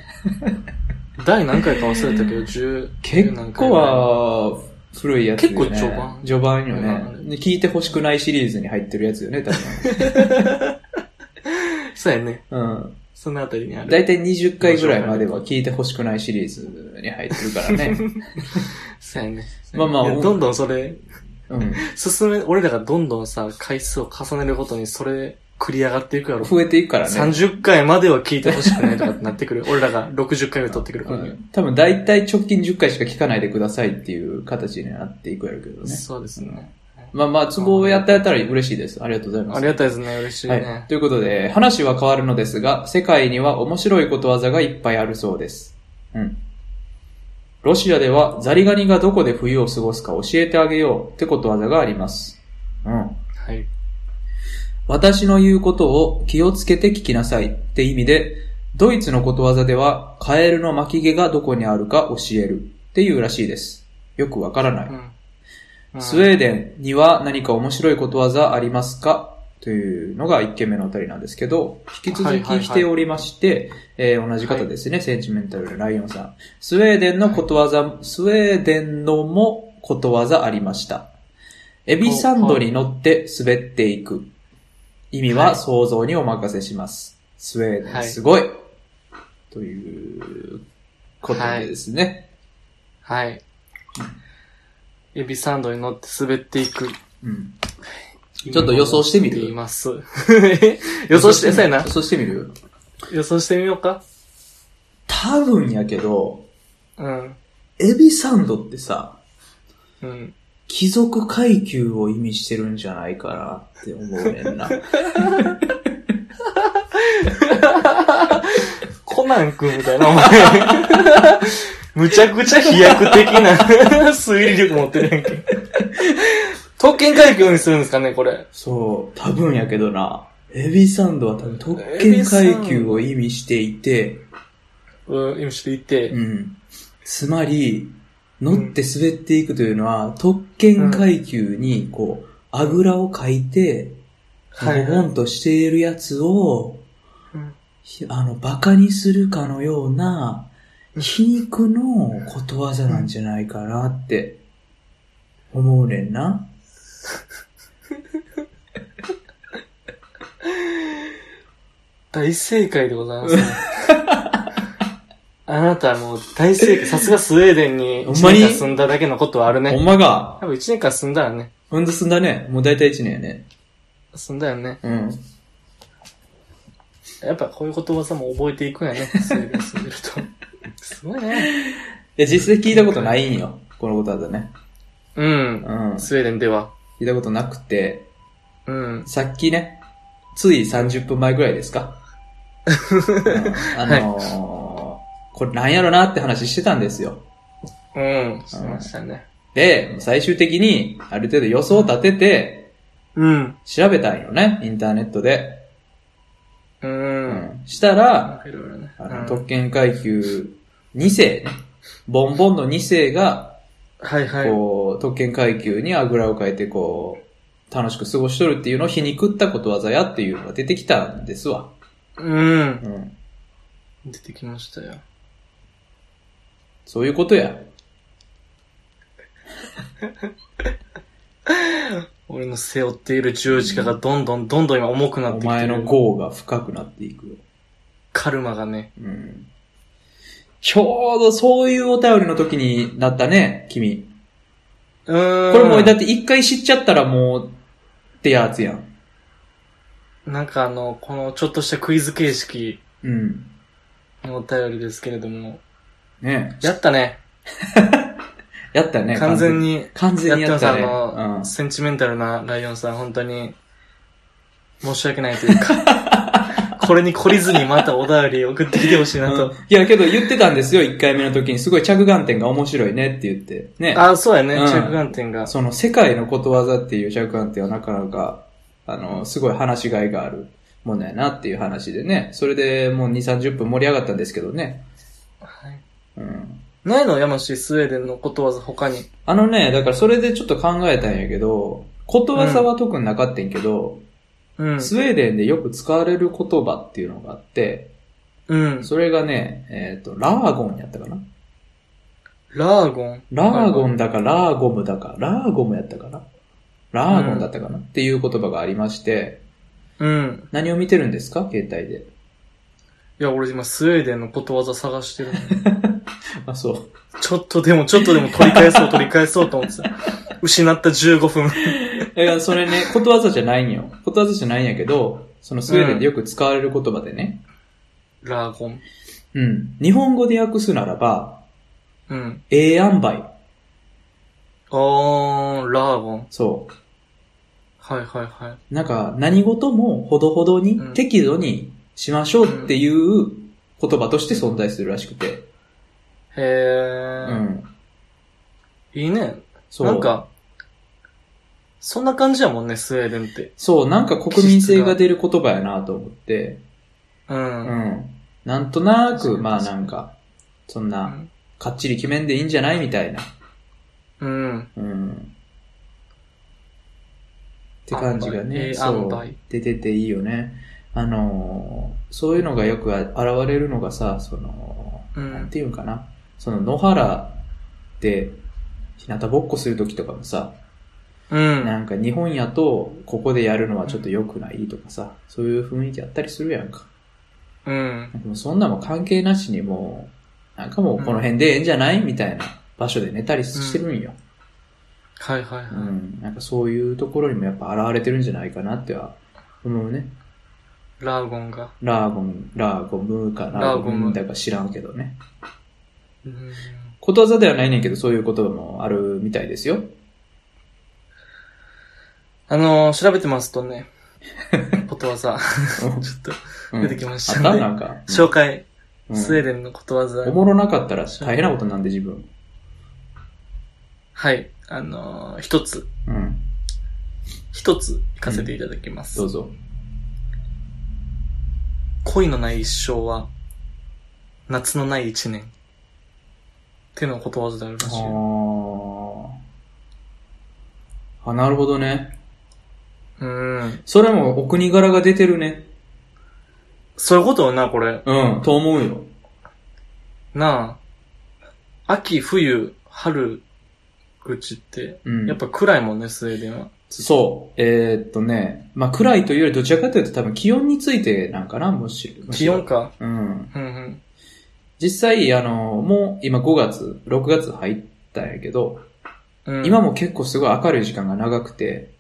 [SPEAKER 2] 第何回か忘れ たけど、10、
[SPEAKER 1] 結
[SPEAKER 2] 何回
[SPEAKER 1] 構
[SPEAKER 2] ぐらい。
[SPEAKER 1] は、古いやつよね。
[SPEAKER 2] 結構序盤
[SPEAKER 1] 序盤よ
[SPEAKER 2] う
[SPEAKER 1] ね。で聞いてほしくないシリーズに入ってるやつよね、多
[SPEAKER 2] そうやね。
[SPEAKER 1] 分。うん。
[SPEAKER 2] そのあたりにある。
[SPEAKER 1] だいたい20回ぐらいまでは聞いてほしくないシリーズに入ってるから ね。
[SPEAKER 2] そうやね。
[SPEAKER 1] まあまあ
[SPEAKER 2] いやどんどんそれ、
[SPEAKER 1] うん。
[SPEAKER 2] 進め、俺らがどんどんさ、回数を重ねるごとに、それ、繰り上がっていくやろ。
[SPEAKER 1] 増えていくからね。
[SPEAKER 2] 30回までは聞いてほしくないとかってなってくる。 俺らが60回を取ってくるから、ね。
[SPEAKER 1] 多分大体直近10回しか聞かないでくださいっていう形になっていくやるけどね。
[SPEAKER 2] そうですね。
[SPEAKER 1] まあまあ、ツボをやったやったら嬉しいです。ありがとうございます。
[SPEAKER 2] ありがたいですね。嬉しいね。
[SPEAKER 1] はい。ということで、話は変わるのですが、世界には面白いことわざがいっぱいあるそうです。うん。ロシアではザリガニがどこで冬を過ごすか教えてあげようってことわざがあります。うん。
[SPEAKER 2] はい。
[SPEAKER 1] 私の言うことを気をつけて聞きなさいって意味で、ドイツのことわざでは、カエルの巻き毛がどこにあるか教えるっていうらしいです。よくわからない。
[SPEAKER 2] うん。うん
[SPEAKER 1] スウェーデンには何か面白いことわざありますかというのが1件目のあたりなんですけど、引き続きしておりまして、えー同じ方ですね、センチメンタルのライオンさん。スウェーデンのことわざ、スウェーデンのもことわざありました。エビサンドに乗って滑っていく。意味
[SPEAKER 2] は
[SPEAKER 1] はい想像にお任せします。スウェーデ
[SPEAKER 2] は
[SPEAKER 1] ン
[SPEAKER 2] い
[SPEAKER 1] すごい、ということですね。
[SPEAKER 2] はい。エビサンドに乗って滑っていく。
[SPEAKER 1] うんちょっと予想してみる
[SPEAKER 2] 言います。え予想して、そうやな
[SPEAKER 1] 予。想してみる
[SPEAKER 2] 予想してみようか。
[SPEAKER 1] 多分やけど、
[SPEAKER 2] うん。
[SPEAKER 1] エビサンドってさ、
[SPEAKER 2] うん。
[SPEAKER 1] 貴族階級を意味してるんじゃないかなって思うねんな。
[SPEAKER 2] コナン君みたいな、お 前。むちゃくちゃ飛躍的な 推理力持ってるやんけ。特権階級にするんですかね、これ。
[SPEAKER 1] そう、多分やけどな。エビサンドは多分特権階級を意味していて、
[SPEAKER 2] うん、今ちょっと言って。
[SPEAKER 1] うん。つまり、乗って滑っていくというのは、特権階級に、こう、あぐらをかいて、ボ
[SPEAKER 2] はい
[SPEAKER 1] ボンとしているやつを、
[SPEAKER 2] うん
[SPEAKER 1] ひあの、馬鹿にするかのような、皮肉のことわざなんじゃないかなって思うねんな。
[SPEAKER 2] 大正解でございます、ね。 あなたはもう大正 解。さすがスウェーデンに1
[SPEAKER 1] ほんまに
[SPEAKER 2] 年間住んだだけのことはある
[SPEAKER 1] ほん
[SPEAKER 2] ね。
[SPEAKER 1] まが、
[SPEAKER 2] 多分1年間住んだらね。
[SPEAKER 1] ほんと済んだね。もう大体1年やね。
[SPEAKER 2] 住んだよね。
[SPEAKER 1] うん。
[SPEAKER 2] やっぱこういうことわざも覚えていくん やね。スウェーデン住んでると。すごいね。
[SPEAKER 1] で、実際聞いたことないんよ。このことわざね。
[SPEAKER 2] うん
[SPEAKER 1] う。ん。
[SPEAKER 2] スウェーデンでは。
[SPEAKER 1] 聞いたことなくて、
[SPEAKER 2] うん。
[SPEAKER 1] さっきね、つい30分前ぐらいです か。うんあのーこれなんやろなって話してたんですよ。
[SPEAKER 2] うん。しましたね。
[SPEAKER 1] で、最終的に、ある程度予想を立てて、
[SPEAKER 2] うん。
[SPEAKER 1] 調べたんよね、インターネットで。
[SPEAKER 2] う。
[SPEAKER 1] うんしたら、
[SPEAKER 2] いろいろね。
[SPEAKER 1] あ
[SPEAKER 2] う
[SPEAKER 1] の
[SPEAKER 2] ん
[SPEAKER 1] 特権階級2世ね、ボンボンの2世が、
[SPEAKER 2] はいはい。
[SPEAKER 1] こう、特権階級にあぐらをかいて、こう、楽しく過ごしとるっていうのを皮肉ったことわざやっていうのが出てきたんですわ。
[SPEAKER 2] うん。
[SPEAKER 1] うん。
[SPEAKER 2] 出てきましたよ。
[SPEAKER 1] そういうことや。
[SPEAKER 2] 俺の背負っている十字架がどんどんどんどん今重くなっ
[SPEAKER 1] お
[SPEAKER 2] てきてる。
[SPEAKER 1] 前の業が深くなっていくよ。
[SPEAKER 2] カルマがね。
[SPEAKER 1] うん。ちょうどそういうお便りの時になったね、君。
[SPEAKER 2] うーん。
[SPEAKER 1] これもうだって一回知っちゃったらもう、ってやつやん。
[SPEAKER 2] なんかあの、このちょっとしたクイズ形式
[SPEAKER 1] うん。
[SPEAKER 2] のお便りですけれども、
[SPEAKER 1] ね
[SPEAKER 2] やったね。
[SPEAKER 1] やったね。
[SPEAKER 2] 完全。に、
[SPEAKER 1] 完全にや
[SPEAKER 2] や
[SPEAKER 1] っ
[SPEAKER 2] ってま
[SPEAKER 1] た
[SPEAKER 2] す。
[SPEAKER 1] ね。
[SPEAKER 2] あの、センチメンタルなライオンさん、本当に、申し訳ないというか、 これに懲りずにまたお便り送ってきてほしいな
[SPEAKER 1] うん
[SPEAKER 2] と。
[SPEAKER 1] いや、けど言ってたんですよ、一回目の時に。すごい着眼点が面白いねって言って。ね。
[SPEAKER 2] あ、そうやね、
[SPEAKER 1] うん
[SPEAKER 2] 着眼点が。
[SPEAKER 1] その世界のことわざっていう着眼点はなかなか、あの、すごい話しがいがあるものやなっていう話でね。それでもう2、30分盛り上がったんですけどね。
[SPEAKER 2] はい
[SPEAKER 1] うん。
[SPEAKER 2] ないの山氏、スウェーデンのことわざ他に。
[SPEAKER 1] あのね、だからそれでちょっと考えたんやけど、ことわざは特になかったんやけど、
[SPEAKER 2] うん。
[SPEAKER 1] スウェーデンでよく使われる言葉っていうのがあって、
[SPEAKER 2] うん。
[SPEAKER 1] それがね、えっ、と、ラーゴンやったかな
[SPEAKER 2] ラーゴン。
[SPEAKER 1] ラーゴンだかラーゴムだか、ラーゴムやったかなラーゴンだったかな、っていう言葉がありまして、
[SPEAKER 2] うん。
[SPEAKER 1] 何を見てるんですか携帯で。
[SPEAKER 2] いや、俺今スウェーデンのことわざ探してるの。
[SPEAKER 1] あ、そう。
[SPEAKER 2] ちょっとでも、ちょっとでも取り返そう、取り返そうと思 ってた。失った15分。
[SPEAKER 1] だからそれね、 ことわざじゃないんよ。ことわざじゃないんやけど、そのスウェーデンでよく使われる言葉でね。
[SPEAKER 2] ラーゴン。
[SPEAKER 1] うん。日本語で訳すならば、
[SPEAKER 2] うん。
[SPEAKER 1] ええ塩梅。
[SPEAKER 2] あー、ラーゴン。
[SPEAKER 1] そう。
[SPEAKER 2] はいはいはい。
[SPEAKER 1] なんか、何事もほどほどに、
[SPEAKER 2] うん
[SPEAKER 1] 適度にしましょうっていう言葉として存在するらしくて。
[SPEAKER 2] へ
[SPEAKER 1] う
[SPEAKER 2] ー。
[SPEAKER 1] ん。
[SPEAKER 2] いいね。
[SPEAKER 1] そう。
[SPEAKER 2] なん、か、そんな感じやもんね、スウェーデンって。
[SPEAKER 1] そう、なんか国民性が出る言葉やなと思って。
[SPEAKER 2] う。
[SPEAKER 1] うんん。なんとな
[SPEAKER 2] 確か
[SPEAKER 1] く、
[SPEAKER 2] に
[SPEAKER 1] まあなんか、そん
[SPEAKER 2] う
[SPEAKER 1] な、
[SPEAKER 2] ん。
[SPEAKER 1] かっちり決めんでいいんじゃないみたいな。
[SPEAKER 2] うん。
[SPEAKER 1] うん。って感じが
[SPEAKER 2] 塩梅え
[SPEAKER 1] ね、
[SPEAKER 2] え
[SPEAKER 1] そう
[SPEAKER 2] 塩梅、
[SPEAKER 1] 出てていいよね。あのーそういうのがよくあ現れるのがさ、その、
[SPEAKER 2] うん
[SPEAKER 1] なんていうんかな、その野原で、日向ぼっこするときとかもさ、
[SPEAKER 2] うん。
[SPEAKER 1] なんか日本やと、ここでやるのはちょっと良くないとかさ、そういう雰囲気あったりするやんか。
[SPEAKER 2] うん。
[SPEAKER 1] でもそんなもん関係なしにもう、なんかもうこの辺でええんじゃないみたいな場所で寝たりしてるんよ。
[SPEAKER 2] はいはいはい。
[SPEAKER 1] うん、なんかそういうところにもやっぱ現れてるんじゃないかなっては思うね。
[SPEAKER 2] ラーゴンが。
[SPEAKER 1] ラーゴン、ラーゴムかな
[SPEAKER 2] ラーゴム
[SPEAKER 1] だか知らんけどね。
[SPEAKER 2] うん。
[SPEAKER 1] ことわざではないねんけど、そういう言葉もあるみたい ですよ。
[SPEAKER 2] あのー、調べてます とね、ことわざ、ちょっと
[SPEAKER 1] うん
[SPEAKER 2] 出てきまし
[SPEAKER 1] あ
[SPEAKER 2] た
[SPEAKER 1] っ
[SPEAKER 2] ね
[SPEAKER 1] たなんか。
[SPEAKER 2] 紹介、
[SPEAKER 1] うん
[SPEAKER 2] スウェーデンのことわざ。
[SPEAKER 1] おもろなかったら大変なことなんで自分。
[SPEAKER 2] はい。あのー一つ、
[SPEAKER 1] うん。
[SPEAKER 2] 一つ行かせていただきます。
[SPEAKER 1] どうぞ。
[SPEAKER 2] 恋のない一生は、夏のない一年。っていうのがことわざであるらしい。
[SPEAKER 1] あーあ、なるほどね。
[SPEAKER 2] うん。
[SPEAKER 1] それもお国柄が出てるね。
[SPEAKER 2] そういうことよな、これ。
[SPEAKER 1] うん、と思うよ。
[SPEAKER 2] なあ。秋、冬、春、口って、
[SPEAKER 1] うん。
[SPEAKER 2] やっぱ暗いもんね、スウェーデンは。
[SPEAKER 1] そう。えーっとね、まあ、暗いというよりどちらかというと多分気温についてなんかな、もし。むし
[SPEAKER 2] 気
[SPEAKER 1] ろ
[SPEAKER 2] 温。か。
[SPEAKER 1] うん。
[SPEAKER 2] うんうん。
[SPEAKER 1] 実際、あの、もう今5月、6月入ったんやけど、
[SPEAKER 2] うん、
[SPEAKER 1] 今も結構すごい明るい時間が長くて、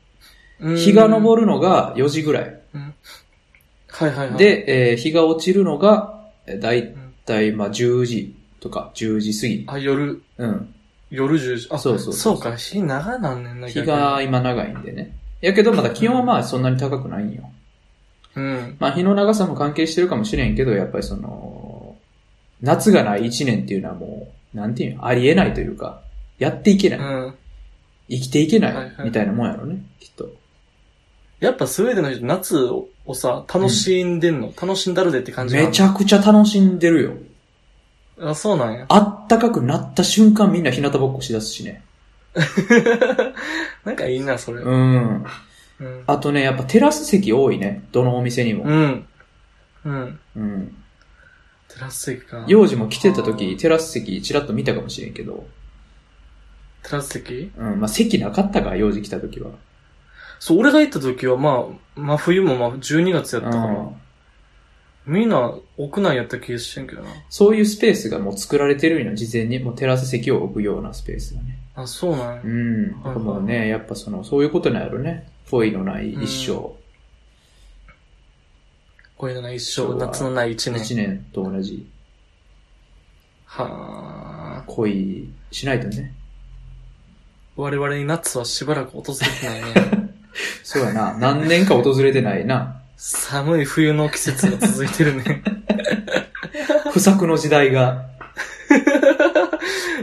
[SPEAKER 2] うん
[SPEAKER 1] 日が昇るのが4時ぐらい。
[SPEAKER 2] はいはいはい。、
[SPEAKER 1] で、えー日が落ちるのが、えーだい
[SPEAKER 2] うん
[SPEAKER 1] たい、まあ、10時とか、10時過ぎ。
[SPEAKER 2] あ、夜、
[SPEAKER 1] うん。
[SPEAKER 2] 夜10時。あ、
[SPEAKER 1] そうそう
[SPEAKER 2] そうか、日長なんねんな、
[SPEAKER 1] 日が今長いんでね。やけど、まだ気温はまあそんなに高くないんよ。
[SPEAKER 2] 逆に。うん。
[SPEAKER 1] まあ、日の長さも関係してるかもしれんけど、やっぱりその、夏がない一年っていうのはもう、なんていうの、ありえないというか、やっていけない。
[SPEAKER 2] うん。
[SPEAKER 1] 生きていけな
[SPEAKER 2] はい
[SPEAKER 1] い、
[SPEAKER 2] はい
[SPEAKER 1] みたいなもんやろね、きっと。
[SPEAKER 2] やっぱスウェーデンの人、夏をさ、楽しんでんの、楽しんだるでって感じ
[SPEAKER 1] めち
[SPEAKER 2] ゃ。
[SPEAKER 1] ゃくちゃ楽しんでるよ。
[SPEAKER 2] あ、そうなんや。
[SPEAKER 1] あったかくなった瞬間みんな日向ぼっこしだすしね。
[SPEAKER 2] なんかいいな、それ。
[SPEAKER 1] うん。
[SPEAKER 2] うん。
[SPEAKER 1] あとね、やっぱテラス席多いね。どのお店にも。
[SPEAKER 2] うん。うん。
[SPEAKER 1] うん。
[SPEAKER 2] テラス席か。
[SPEAKER 1] 幼児も来てた時、テラス席ちらっと見たかもしれんけど。
[SPEAKER 2] テラス席
[SPEAKER 1] うん。まあ、席なかったから、幼児来た時は。
[SPEAKER 2] そう、俺が行った時は、まあ、真冬もまあ12月やったから、
[SPEAKER 1] うん
[SPEAKER 2] みんな屋内やった気がしてんけどな。
[SPEAKER 1] そういうスペースがもう作られてるような、事前にもうテラス席を置くようなスペースがね。
[SPEAKER 2] あ、そうなんや
[SPEAKER 1] う。ん。だからもうね、やっぱその、そういうことなんやろね。恋のない一生。
[SPEAKER 2] こういうのない一
[SPEAKER 1] 今
[SPEAKER 2] 生、
[SPEAKER 1] 日は
[SPEAKER 2] 夏のない一年。
[SPEAKER 1] 一年と同じ
[SPEAKER 2] はあ。
[SPEAKER 1] 恋しないとね。
[SPEAKER 2] 我々に夏はしばらく訪れてな いね。
[SPEAKER 1] そうやな。何年か訪れてないな。
[SPEAKER 2] 寒い冬の季節が続いてるね。
[SPEAKER 1] 不作の時代が。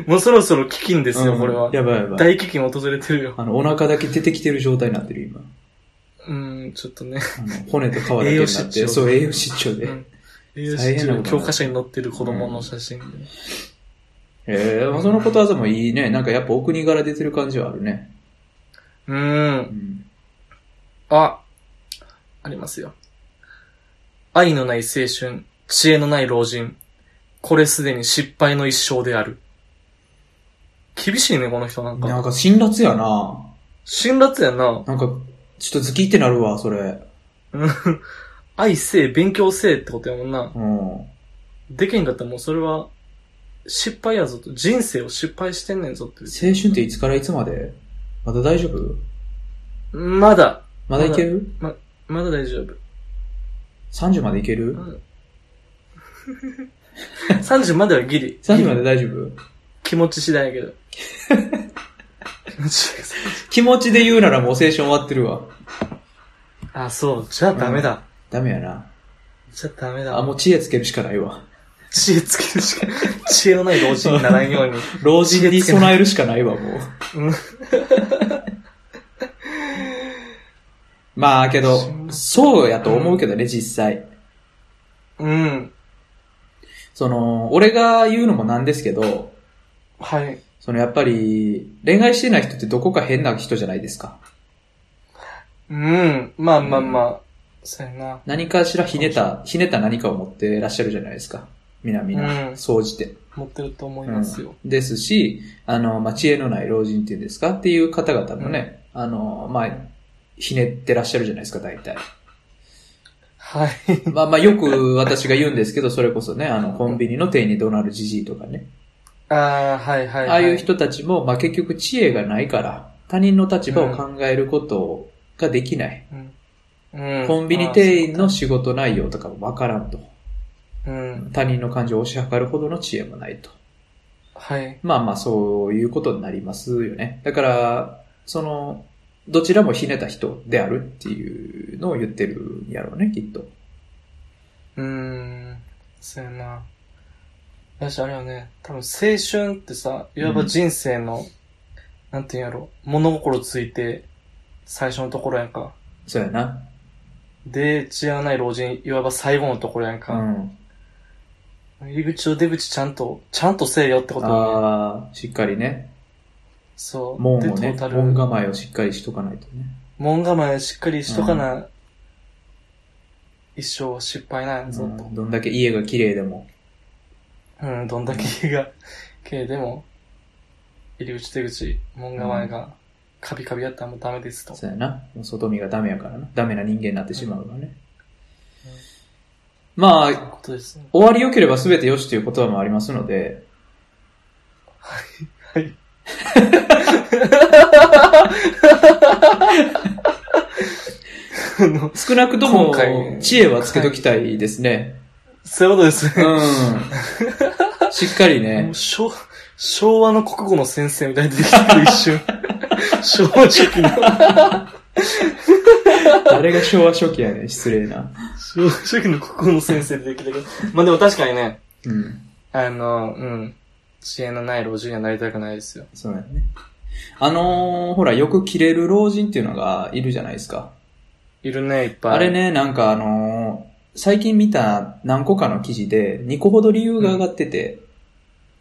[SPEAKER 2] もうそろそろ飢饉ですよ、
[SPEAKER 1] うん
[SPEAKER 2] これは。
[SPEAKER 1] やばいやばい。
[SPEAKER 2] 大飢饉訪れてるよ。
[SPEAKER 1] あの、お腹だけ出てきてる状態になってる、今。
[SPEAKER 2] うん、ちょっとね。
[SPEAKER 1] あの骨と皮だけになっ
[SPEAKER 2] 栄養失調
[SPEAKER 1] て、そう、栄養失調で。
[SPEAKER 2] うん栄養
[SPEAKER 1] 大変
[SPEAKER 2] 失
[SPEAKER 1] な
[SPEAKER 2] 調
[SPEAKER 1] ことにな
[SPEAKER 2] の
[SPEAKER 1] る
[SPEAKER 2] 教科書に載ってる子供の写真で。
[SPEAKER 1] ええまあそのことわざもいいね。なんかやっぱお国柄出てる感じはあるね。
[SPEAKER 2] う。
[SPEAKER 1] うんん。
[SPEAKER 2] あ、ありますよ。愛のない青春、知恵のない老人。これすでに失敗の一生である。厳しいね、この人なんか。
[SPEAKER 1] なんか辛辣やな。
[SPEAKER 2] 辛辣やな。
[SPEAKER 1] なんか、ちょっとズキってなるわ、それ。
[SPEAKER 2] うん愛せえ、勉強せえってことやもん
[SPEAKER 1] う
[SPEAKER 2] な。
[SPEAKER 1] ん。
[SPEAKER 2] でけんかったらもうそれは、失敗やぞと。人生を失敗してんねんぞって。
[SPEAKER 1] 青春っていつからいつまでまだ大丈夫
[SPEAKER 2] まだ、
[SPEAKER 1] まだいける、
[SPEAKER 2] まだ大丈夫。
[SPEAKER 1] ?30 までいける、
[SPEAKER 2] うん30まではギリ。
[SPEAKER 1] ?30 まで大丈夫
[SPEAKER 2] 気持ち次第やけど。気持ち次第
[SPEAKER 1] 気持ちで言うならもう青春終わってるわ。
[SPEAKER 2] あ、そう。じゃあダメだ。
[SPEAKER 1] ダメやな。
[SPEAKER 2] じゃあダメだ。
[SPEAKER 1] あ、もう知恵つけるしかないわ。
[SPEAKER 2] 知恵つけるしか、知恵のない老人にならんように。
[SPEAKER 1] 老人に備えるしかないわ、もう。 まあ、けど、そうやと思うけどね、実際。
[SPEAKER 2] うん。
[SPEAKER 1] その、俺が言うのもなんですけど、
[SPEAKER 2] はい。
[SPEAKER 1] そのやっぱり、恋愛してない人ってどこか変な人じゃないですか。
[SPEAKER 2] うん。まあまあまあ。そうやな。
[SPEAKER 1] 何かしらひねった、ひねった何かを持ってらっしゃるじゃないですか。みなみ
[SPEAKER 2] うん
[SPEAKER 1] な、総じて。
[SPEAKER 2] 持ってると思いますよ。
[SPEAKER 1] ですし、あの、まあ、知恵のない老人っていうんですかっていう方々もね、あの、まあ、ひねってらっしゃるじゃないですか、大体。
[SPEAKER 2] はい。
[SPEAKER 1] まあまあ、よく私が言うんですけど、それこそね、あの、コンビニの店員に怒鳴るじじいとかね。
[SPEAKER 2] ああ、はいはい、はい。
[SPEAKER 1] ああいう人たちも、まあ結局知恵がないから、他人の立場を考えることができない。
[SPEAKER 2] うん。うん。
[SPEAKER 1] コンビニ店員の仕事内容とかもわからんと。
[SPEAKER 2] うん。
[SPEAKER 1] 他人の感情を押し量るほどの知恵もないと。
[SPEAKER 2] はい。
[SPEAKER 1] まあまあ、そういうことになりますよね。だから、その、どちらもひねった人であるっていうのを言ってるんやろうね、きっと。
[SPEAKER 2] うーん。そうやな。やし、あれよね。多分青春ってさ、いわば人生の、なんていうんやろ、物心ついて、最初のところやんか。
[SPEAKER 1] そうやな。
[SPEAKER 2] で、知らない老人、いわば最後のところやん
[SPEAKER 1] う
[SPEAKER 2] か。
[SPEAKER 1] ん。
[SPEAKER 2] 入り口と出口ちゃんと、ちゃんとせえよってことね。
[SPEAKER 1] ああ、しっかりね。
[SPEAKER 2] そう。
[SPEAKER 1] 門を
[SPEAKER 2] で
[SPEAKER 1] ね
[SPEAKER 2] トー、タル
[SPEAKER 1] 門構えをしっかりしとかないとね。
[SPEAKER 2] 門構えしっかりしとかな、一生は失敗なんやぞと。
[SPEAKER 1] どんだけ家が綺麗でも。
[SPEAKER 2] うん、どんだけ家がけでも、入り口出口、門構えがカビカビやったらもうダメですと。
[SPEAKER 1] そうやな。もう外見がダメやからな。ダメな人間になってしまうからね。
[SPEAKER 2] うん
[SPEAKER 1] ま
[SPEAKER 2] という
[SPEAKER 1] あ、
[SPEAKER 2] ことですね。
[SPEAKER 1] 終わり良ければ全て良しという言葉もありますので、
[SPEAKER 2] はい。あの、
[SPEAKER 1] 少なくとも
[SPEAKER 2] 今回
[SPEAKER 1] 知恵はつけときたいですね。
[SPEAKER 2] そういうことです ね。
[SPEAKER 1] うん。しっかり
[SPEAKER 2] も
[SPEAKER 1] ね
[SPEAKER 2] う。昭昭和の国語の先生みたいに出てきてる一 瞬。正直な、
[SPEAKER 1] 誰が昭和初期やねん失礼な。
[SPEAKER 2] 正直の国語の先生出てきたけど。まあでも確かにね、
[SPEAKER 1] うん。
[SPEAKER 2] あの、うん。知恵のない老人にはなりたくないですよ。
[SPEAKER 1] そうやね。あのー、ほら、よく切れる老人っていうのがいるじゃないですか。
[SPEAKER 2] いるね、いっぱい。
[SPEAKER 1] あれ。ね、なんかあのー最近見た何個かの記事で2個ほど理由が上がってて、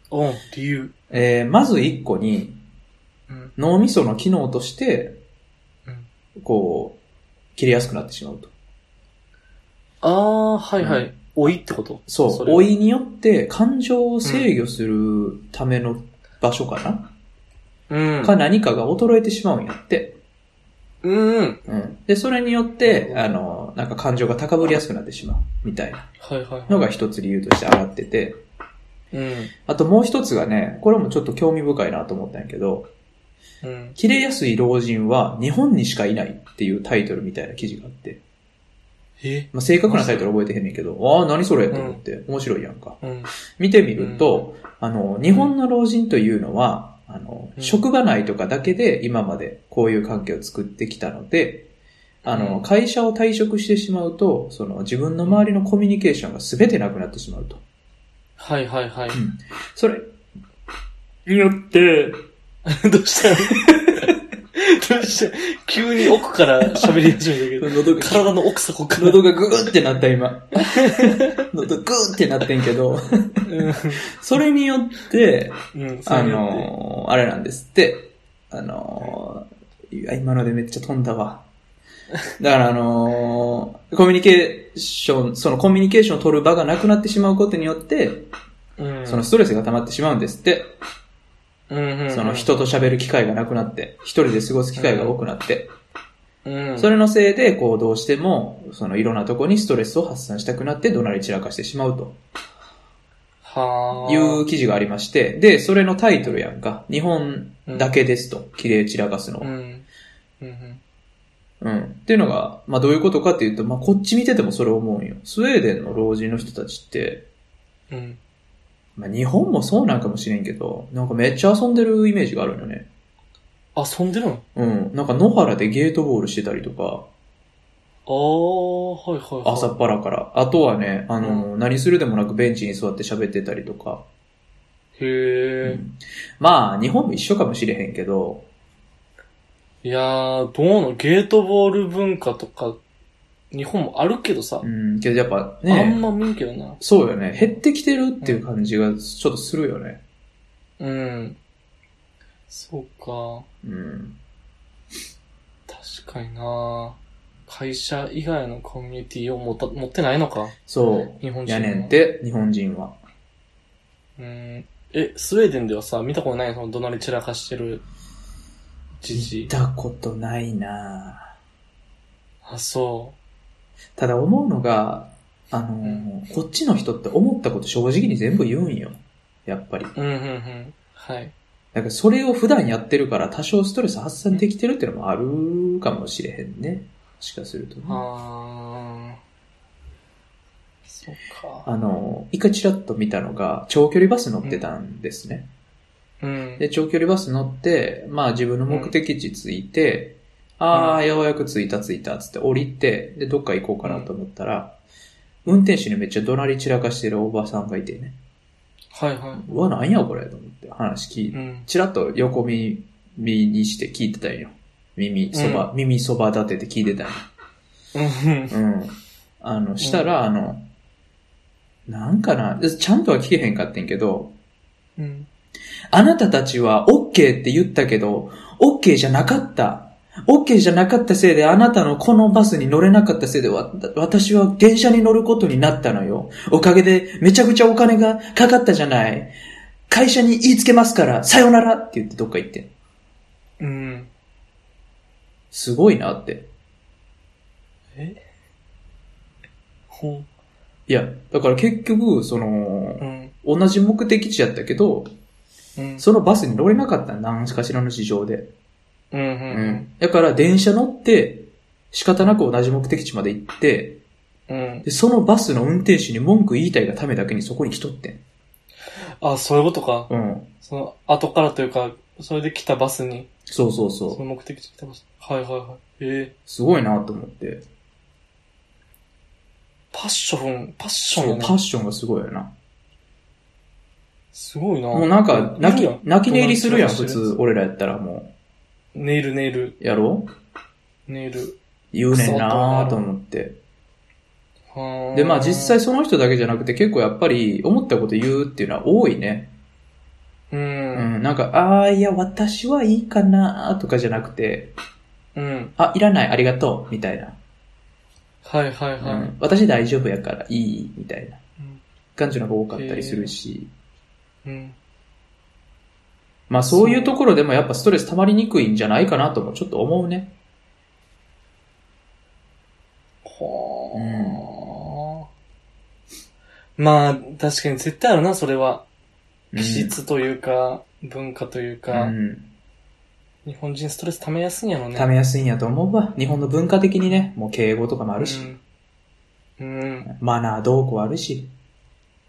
[SPEAKER 2] おん、理由。
[SPEAKER 1] えー、まず1個に
[SPEAKER 2] うん。
[SPEAKER 1] 脳みその機能として
[SPEAKER 2] うん、
[SPEAKER 1] こう、切れやすくなってしまうと。
[SPEAKER 2] ああ、はいは
[SPEAKER 1] う
[SPEAKER 2] い。老いってこと
[SPEAKER 1] そう。
[SPEAKER 2] れ
[SPEAKER 1] 老いによって感情を制御するための場所かな、
[SPEAKER 2] うん。
[SPEAKER 1] か何かが衰えてしまうんやって。
[SPEAKER 2] うん。
[SPEAKER 1] うん。で、それによって、あの、なんか感情が高ぶりやすくなってしまうみたいな
[SPEAKER 2] はいはいはい。
[SPEAKER 1] のが一つ理由として上がってて、
[SPEAKER 2] うん。
[SPEAKER 1] あともう一つがね、これもちょっと興味深いなと思ったんやけど、
[SPEAKER 2] うん。
[SPEAKER 1] 切れやすい老人は日本にしかいないっていうタイトルみたいな記事があって、
[SPEAKER 2] え
[SPEAKER 1] まあ、正確なタイトル覚えてへんねんけど、ああ、何それと思って、面白いやんか。
[SPEAKER 2] うん。
[SPEAKER 1] 見てみると、あの、日本の老人というのは、あの、
[SPEAKER 2] うん
[SPEAKER 1] 職場内とかだけで今までこういう関係を作ってきたので、あの、
[SPEAKER 2] うん
[SPEAKER 1] 会社を退職してしまうと、その自分の周りのコミュニケーションが全てなくなってしまうと。
[SPEAKER 2] はいは いはい。
[SPEAKER 1] それによって、
[SPEAKER 2] どうしたのどうした急に奥から喋り始めた けど、
[SPEAKER 1] 喉が、
[SPEAKER 2] 体の奥底から。
[SPEAKER 1] 喉がグーってなった今。 喉グーってなってんけど、それによって、
[SPEAKER 2] うん。うん、
[SPEAKER 1] あ、のーあれなんですって。あのーいや今のでめっちゃ飛んだ わ。だからあのーコミュニケーション、そのコミュニケーションを取る場がなくなってしまうことによって、
[SPEAKER 2] うん、
[SPEAKER 1] その、ストレスが溜まってしまうんですって。
[SPEAKER 2] うんうん、
[SPEAKER 1] その、人と喋る機会がなくなって、一人で過ごす機会が多くなって、
[SPEAKER 2] うん、
[SPEAKER 1] それのせいで、こう、どうしても、その、いろんなとこにストレスを発散したくなって、怒鳴り散らかしてしまうと
[SPEAKER 2] はあ。
[SPEAKER 1] いう記事がありまして、で、それのタイトルやんか、日本だけですと、綺麗散らかすのは
[SPEAKER 2] うん。うん。
[SPEAKER 1] う
[SPEAKER 2] うん。
[SPEAKER 1] ん。っていうのが、まあどういうことかっていうと、まあこっち見ててもそれ思うんよ。スウェーデンの老人の人たちって、
[SPEAKER 2] うん。
[SPEAKER 1] まあ日本もそうなんかもしれんけど、なんかめっちゃ遊んでるイメージがあるんよね。
[SPEAKER 2] 遊んでるの
[SPEAKER 1] うん。なんか野原でゲートボールしてたりとか、
[SPEAKER 2] ああ、はいはいはい。
[SPEAKER 1] 朝っぱらから。あとはね、あの、何するでもなくベンチに座って喋ってたりとか。う
[SPEAKER 2] へえ。
[SPEAKER 1] んまあ日本も一緒かもしれへんけど、
[SPEAKER 2] いやー、どうのゲートボール文化とか、日本もあるけどさ
[SPEAKER 1] う、ん、けどやっぱ
[SPEAKER 2] あん
[SPEAKER 1] ね、
[SPEAKER 2] ま見んけどな。
[SPEAKER 1] そうよね。減ってきてるっていう感じがちょっとするよね。
[SPEAKER 2] うん。そうか。
[SPEAKER 1] うん。
[SPEAKER 2] 確かにな会社以外のコミュニティを持た持ってないのか
[SPEAKER 1] そ
[SPEAKER 2] 日本
[SPEAKER 1] う。
[SPEAKER 2] 人
[SPEAKER 1] や
[SPEAKER 2] は
[SPEAKER 1] ねんって、日本人は。
[SPEAKER 2] うん。え、スウェーデンではさ、見たことないその怒鳴り散らかしてるじ
[SPEAKER 1] 見
[SPEAKER 2] じ。
[SPEAKER 1] たことないなぁ
[SPEAKER 2] あ、そ
[SPEAKER 1] ただ思うのが、あのー
[SPEAKER 2] うん
[SPEAKER 1] こっちの人って思ったこと正直に全部言うんよ。やっぱり。
[SPEAKER 2] う。うん、うん、うん。はい。
[SPEAKER 1] だからそれを普段やってるから多少ストレス発散できてるっていうのもあるかもしれへんね。もしかするとね、
[SPEAKER 2] あー。そうか。
[SPEAKER 1] あのー、一回チラッと見たのが、長距離バス乗ってたんですね。
[SPEAKER 2] うん。
[SPEAKER 1] で、長距離バス乗って、まあ自分の目的地着いて、ああ、ようやく着いた着いたっつって降りて、で、どっか行こうかなと思ったら、運転手にめっちゃ怒鳴り散らかしてるおばさんがいてね、
[SPEAKER 2] はいは
[SPEAKER 1] うわ、なんやこれと思って話聞い
[SPEAKER 2] い。うん。
[SPEAKER 1] ちらっと横耳にして聞いてたんよ。耳そば、耳そば立てて聞いてたんよ。
[SPEAKER 2] うん。
[SPEAKER 1] うん。あの、したら、あの、なんかな、ちゃんとは聞けへんかってんけど、
[SPEAKER 2] うん。
[SPEAKER 1] あなたたちは OK って言ったけど、OK じゃなかった。OK じゃなかったせいで、あなたのこのバスに乗れなかったせいで、わ私は電車に乗ることになったのよ。おかげで、めちゃくちゃお金がかかったじゃない。会社に言いつけますから、さよならって言ってどっか行ってん。
[SPEAKER 2] うん。
[SPEAKER 1] すごいなって。
[SPEAKER 2] えほん。
[SPEAKER 1] いや、だから結局、その
[SPEAKER 2] う、ん。
[SPEAKER 1] 同じ目的地やったけど、
[SPEAKER 2] うん。
[SPEAKER 1] そのバスに乗れなかったん何かしらの事情で。
[SPEAKER 2] うん。うん。
[SPEAKER 1] だから電車乗って、仕方なく同じ目的地まで行って、
[SPEAKER 2] うん。
[SPEAKER 1] で、そのバスの運転手に文句言いたいがためだけにそこに来とってん。
[SPEAKER 2] あ、そういうことか。
[SPEAKER 1] うん。
[SPEAKER 2] その、後からというか、それで来たバスに、
[SPEAKER 1] そうそうそ。
[SPEAKER 2] そうの目的地来たバス。はいはいはい。ええ
[SPEAKER 1] すごいなと思って。
[SPEAKER 2] パッション、パッション
[SPEAKER 1] そ
[SPEAKER 2] や
[SPEAKER 1] う、
[SPEAKER 2] ね
[SPEAKER 1] パッションがすごいよな。
[SPEAKER 2] すごいな。
[SPEAKER 1] もうなんか、泣
[SPEAKER 2] い
[SPEAKER 1] き
[SPEAKER 2] るやん、
[SPEAKER 1] 泣き寝入りするやん、
[SPEAKER 2] 友
[SPEAKER 1] 普
[SPEAKER 2] 達と
[SPEAKER 1] 通、俺らやったらも
[SPEAKER 2] ネイルネイル、
[SPEAKER 1] う。やろう
[SPEAKER 2] ネイル。
[SPEAKER 1] 言うねんな
[SPEAKER 2] ク
[SPEAKER 1] と
[SPEAKER 2] ソと
[SPEAKER 1] 思って。
[SPEAKER 2] は
[SPEAKER 1] で、まあ実際、その人だけじゃなくて結構やっぱり思ったこと言うっていうのは多いね。
[SPEAKER 2] う。
[SPEAKER 1] うんん、なんか、ああ、いや、私はいいかなとかじゃなくて、
[SPEAKER 2] うん。
[SPEAKER 1] あ、いらない、ありがとう、みたいな。
[SPEAKER 2] はいはいは
[SPEAKER 1] う
[SPEAKER 2] い
[SPEAKER 1] ん、私大丈夫やから、いい、みたいな
[SPEAKER 2] うん。
[SPEAKER 1] 感じのが多かったりするし。。
[SPEAKER 2] うん。
[SPEAKER 1] まあそういうところでもやっぱストレス溜まりにくいんじゃないかなともちょっと思うね。
[SPEAKER 2] はあ。まあ、確かに絶対あるな、それは。
[SPEAKER 1] うん
[SPEAKER 2] 気質というか、文化という
[SPEAKER 1] う
[SPEAKER 2] か、
[SPEAKER 1] ん。
[SPEAKER 2] 日本人ストレス溜めやすいんやろね。
[SPEAKER 1] 溜めやすいんやと思うわ。日本の文化的にね、もう敬語とかもあるし、
[SPEAKER 2] うん。うん。
[SPEAKER 1] マナーどうこうあるし。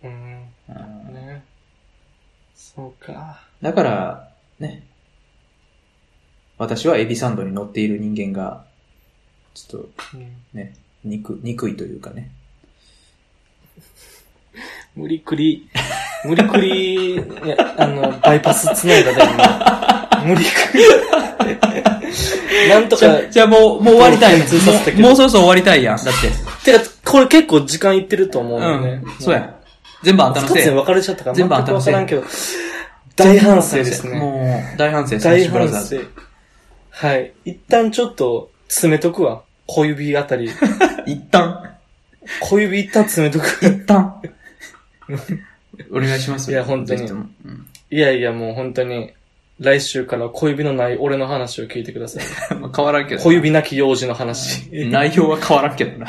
[SPEAKER 2] うん。
[SPEAKER 1] うん
[SPEAKER 2] ね。そうか。
[SPEAKER 1] だから、ね。私はエビサンドに乗っている人間が、ちょっと、
[SPEAKER 2] うん
[SPEAKER 1] ね、憎、憎いというかね。
[SPEAKER 2] 無理くり、無理くり、いや、あの、バイパス繋いだで、今無理くり。なんと
[SPEAKER 1] じ
[SPEAKER 2] か、
[SPEAKER 1] ゃあ、じゃあもう、もう終わりたい
[SPEAKER 2] 通させたけ
[SPEAKER 1] もう
[SPEAKER 2] ど
[SPEAKER 1] もうそろそろ終わりたいやん。だって。
[SPEAKER 2] てか、これ結構時間いってると思う
[SPEAKER 1] うん
[SPEAKER 2] だよね。
[SPEAKER 1] ん。そうや。全部あんたの
[SPEAKER 2] 二つ
[SPEAKER 1] せい
[SPEAKER 2] に。分かれちゃったから、
[SPEAKER 1] 全
[SPEAKER 2] 全
[SPEAKER 1] 部
[SPEAKER 2] 部
[SPEAKER 1] あんたの
[SPEAKER 2] 分
[SPEAKER 1] せ
[SPEAKER 2] か
[SPEAKER 1] い
[SPEAKER 2] らんけど、大反省ですね。
[SPEAKER 1] もう、大反省、
[SPEAKER 2] 大
[SPEAKER 1] ブラ
[SPEAKER 2] 反
[SPEAKER 1] ザー
[SPEAKER 2] 省
[SPEAKER 1] ズ。。
[SPEAKER 2] はい。一旦ちょっと、詰めとくわ。小指あたり。
[SPEAKER 1] 一旦、
[SPEAKER 2] 小指一旦詰めとく。
[SPEAKER 1] 一旦。お願いしますよ
[SPEAKER 2] いや本当に
[SPEAKER 1] ぜひともうん
[SPEAKER 2] いやいや、もう本当に、来週から小指のない俺の話を聞いてください。
[SPEAKER 1] まあ変わらんけどな。
[SPEAKER 2] 小指なき幼児の話。
[SPEAKER 1] 内容は変わらんけど な。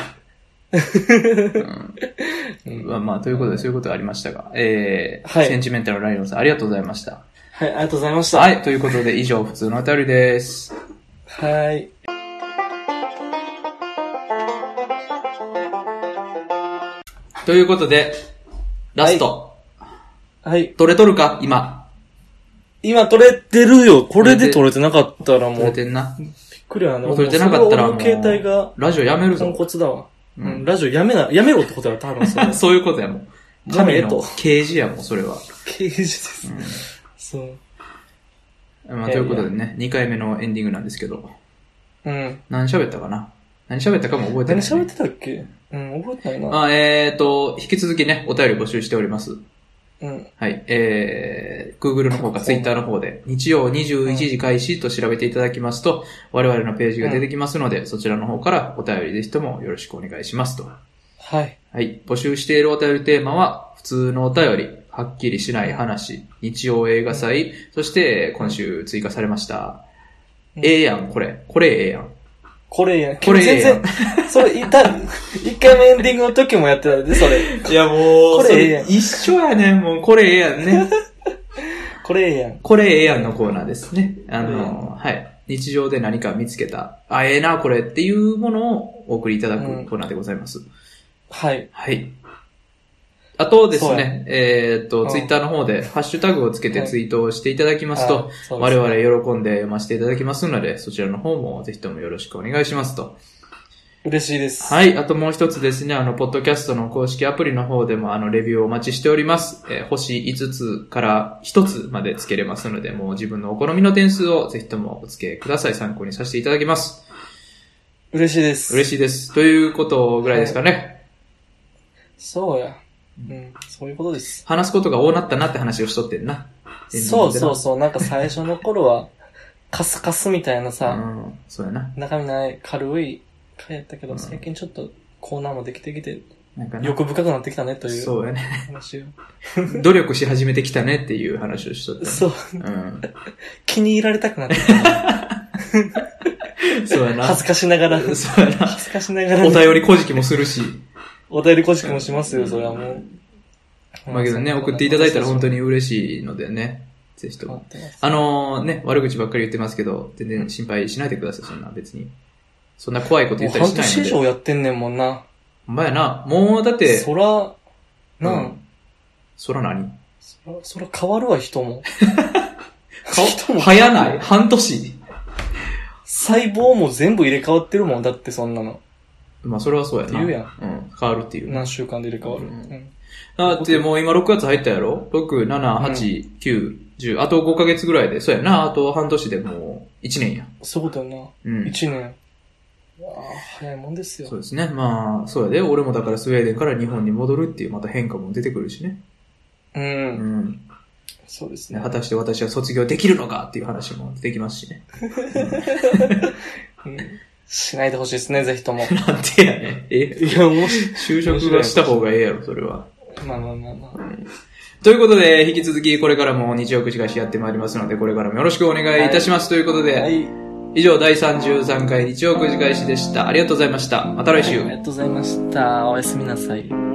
[SPEAKER 1] うん
[SPEAKER 2] うん
[SPEAKER 1] まあまあ、ということで、そういうことがありましたが、えー、
[SPEAKER 2] はい
[SPEAKER 1] センチメンタルライオンさん、ありがとうございました。
[SPEAKER 2] はい、ありがとうございました。
[SPEAKER 1] はい、ということで、以上、普通のお便りです。
[SPEAKER 2] はい。
[SPEAKER 1] ということで、ラスト、
[SPEAKER 2] はい。
[SPEAKER 1] どれ取るか今。
[SPEAKER 2] 今撮れてるよ。これで撮れてなかったら
[SPEAKER 1] 取
[SPEAKER 2] も
[SPEAKER 1] れ
[SPEAKER 2] う、びって
[SPEAKER 1] んな。
[SPEAKER 2] くりやな。
[SPEAKER 1] 撮れてなかったらもう
[SPEAKER 2] もうそれは俺の携帯が、
[SPEAKER 1] ラジオやめる
[SPEAKER 2] ポン
[SPEAKER 1] ぞ。
[SPEAKER 2] コツだわ。
[SPEAKER 1] うん。
[SPEAKER 2] うん、ラジオやめな、やめろってことやろ、多分 そ れ
[SPEAKER 1] そういうことやもん。
[SPEAKER 2] もうえ
[SPEAKER 1] 神
[SPEAKER 2] え
[SPEAKER 1] の
[SPEAKER 2] と
[SPEAKER 1] 刑事やもん、それは。
[SPEAKER 2] 刑事です。そう。
[SPEAKER 1] まあ、
[SPEAKER 2] いや
[SPEAKER 1] ということでね、2回目のエンディングなんですけど、
[SPEAKER 2] うん。
[SPEAKER 1] 何喋ったかな何喋ったかも覚えてない、
[SPEAKER 2] 何
[SPEAKER 1] ね。
[SPEAKER 2] 喋ってたっけうん、覚えてないな。
[SPEAKER 1] あえっ、ー、と、引き続きね、お便り募集しております。
[SPEAKER 2] うん。
[SPEAKER 1] はい。えー、Google の方か Twitter の方で、日曜21時開始と調べていただきますと、我々のページが出てきますので、そちらの方からお便りぜひともよろしくお願いしますと。
[SPEAKER 2] はい。
[SPEAKER 1] はい。募集しているお便りテーマは、普通のお便り、はっきりしない話、日曜映画祭、そして今週追加されました。
[SPEAKER 2] うん
[SPEAKER 1] ええやん、これ。これええやん。
[SPEAKER 2] これや。
[SPEAKER 1] これええ
[SPEAKER 2] 全
[SPEAKER 1] やん
[SPEAKER 2] 然、それ、いた、 一回目エンディングの時もやってたで、それ。
[SPEAKER 1] いやも
[SPEAKER 2] うこれええやん
[SPEAKER 1] そ一緒やねん、もう。これええやんね。
[SPEAKER 2] これええやん。
[SPEAKER 1] これええやんのコーナーですね。あの、はい。日常で何か見つけた、あ、ええな、これっていうものをお送りいただく
[SPEAKER 2] うん
[SPEAKER 1] コーナーでございます。
[SPEAKER 2] はい。
[SPEAKER 1] はい。あとです
[SPEAKER 2] そうや
[SPEAKER 1] ね、えーっ
[SPEAKER 2] う
[SPEAKER 1] と、
[SPEAKER 2] ん
[SPEAKER 1] ツイッターの方でハッシュタグをつけて
[SPEAKER 2] はい
[SPEAKER 1] ツイートをしていただきますと
[SPEAKER 2] あ、そうで
[SPEAKER 1] 我
[SPEAKER 2] すね
[SPEAKER 1] 々喜んで読ませていただきますので、そちらの方もぜひともよろしくお願いしますと。
[SPEAKER 2] 嬉しいです。。
[SPEAKER 1] はいい。あともう一つですね、あの、ポッドキャストの公式アプリの方でも、あの、レビューをお待ちしております。えー星5つから1つまでつけれますので、もう自分のお好みの点数をぜひともお付けください。参考にさせていただきます。
[SPEAKER 2] 嬉しいです。
[SPEAKER 1] 嬉しいです。ということぐらいですかね。
[SPEAKER 2] そうや。うん、そういうことです。
[SPEAKER 1] 話すことが多なったなって話をしとってんな。
[SPEAKER 2] そうそう
[SPEAKER 1] そ
[SPEAKER 2] そう、なんか最初の頃は、カスカスみたいなさ、
[SPEAKER 1] ん、そうやな。
[SPEAKER 2] 中身ない軽い回やったけど、
[SPEAKER 1] うん
[SPEAKER 2] 最近ちょっとコーナーもできてきて、
[SPEAKER 1] なんかな
[SPEAKER 2] 欲深くなってきたねという
[SPEAKER 1] そうやね。
[SPEAKER 2] 話を。
[SPEAKER 1] 努力し始めてきたねっていう話をしとった。
[SPEAKER 2] そう。
[SPEAKER 1] うん。
[SPEAKER 2] 気に入られたくなってきたね。
[SPEAKER 1] そうや な。
[SPEAKER 2] 恥ずかしながら。
[SPEAKER 1] そうやな。
[SPEAKER 2] 恥ずかしながらね、
[SPEAKER 1] お便りこじきもするし。
[SPEAKER 2] お便りこしくもしますよ、それはもう。
[SPEAKER 1] まあけどね、送っていただいたら本当に
[SPEAKER 2] 待
[SPEAKER 1] 嬉しいのでね。ぜひとも。
[SPEAKER 2] ってます。
[SPEAKER 1] あのね、悪口ばっかり言ってますけど、全然心配しないでください、そんな別に。そんな怖いこと言
[SPEAKER 2] もう
[SPEAKER 1] ったり
[SPEAKER 2] 半
[SPEAKER 1] しない
[SPEAKER 2] 年以
[SPEAKER 1] の
[SPEAKER 2] 上
[SPEAKER 1] で。
[SPEAKER 2] やってんねんもんな。
[SPEAKER 1] ほんまやな。もうだって、
[SPEAKER 2] そら、な、
[SPEAKER 1] うんんそら何
[SPEAKER 2] そらそら変わるわ、人も。 人
[SPEAKER 1] 顔
[SPEAKER 2] も
[SPEAKER 1] 早ない半年
[SPEAKER 2] 細胞も全部入れ替わってるもん、だってそんなの。
[SPEAKER 1] まあそれはそうやな。
[SPEAKER 2] 言うやん
[SPEAKER 1] うん。変わるっていう。
[SPEAKER 2] 何週間で入れ替わる。
[SPEAKER 1] うん
[SPEAKER 2] うん
[SPEAKER 1] だってもう今6月入ったやろ ?6、7、8、9、10。あと5ヶ月ぐらいで。そうやな。あと半年でもう1年や。
[SPEAKER 2] そういうことよ
[SPEAKER 1] う
[SPEAKER 2] な。
[SPEAKER 1] ん。
[SPEAKER 2] 一年。うわあ早いもんですよ
[SPEAKER 1] そう。ですね。まあ、そうやで。俺もだからスウェーデンから日本に戻るっていうまた変化も出てくるしね。
[SPEAKER 2] う。
[SPEAKER 1] うんん。
[SPEAKER 2] そうです
[SPEAKER 1] ね
[SPEAKER 2] ね
[SPEAKER 1] 果。たして私は卒業できるのかっていう話もできますしね。
[SPEAKER 2] うんしないでほしいですね、ぜひとも。
[SPEAKER 1] なんてやねん。え、
[SPEAKER 2] いや、もし、
[SPEAKER 1] 就職はした方がええやろ、それは。
[SPEAKER 2] まあまあまあまあ。
[SPEAKER 1] ということで、引き続きこれからも日曜9時返しやってまいりますので、これからもよろしくお願いいたします。ということで、
[SPEAKER 2] はい。
[SPEAKER 1] 以上第33回日曜9時返しでした。ありがとうございました。また来週。
[SPEAKER 2] ありがとうございました。おやすみなさい。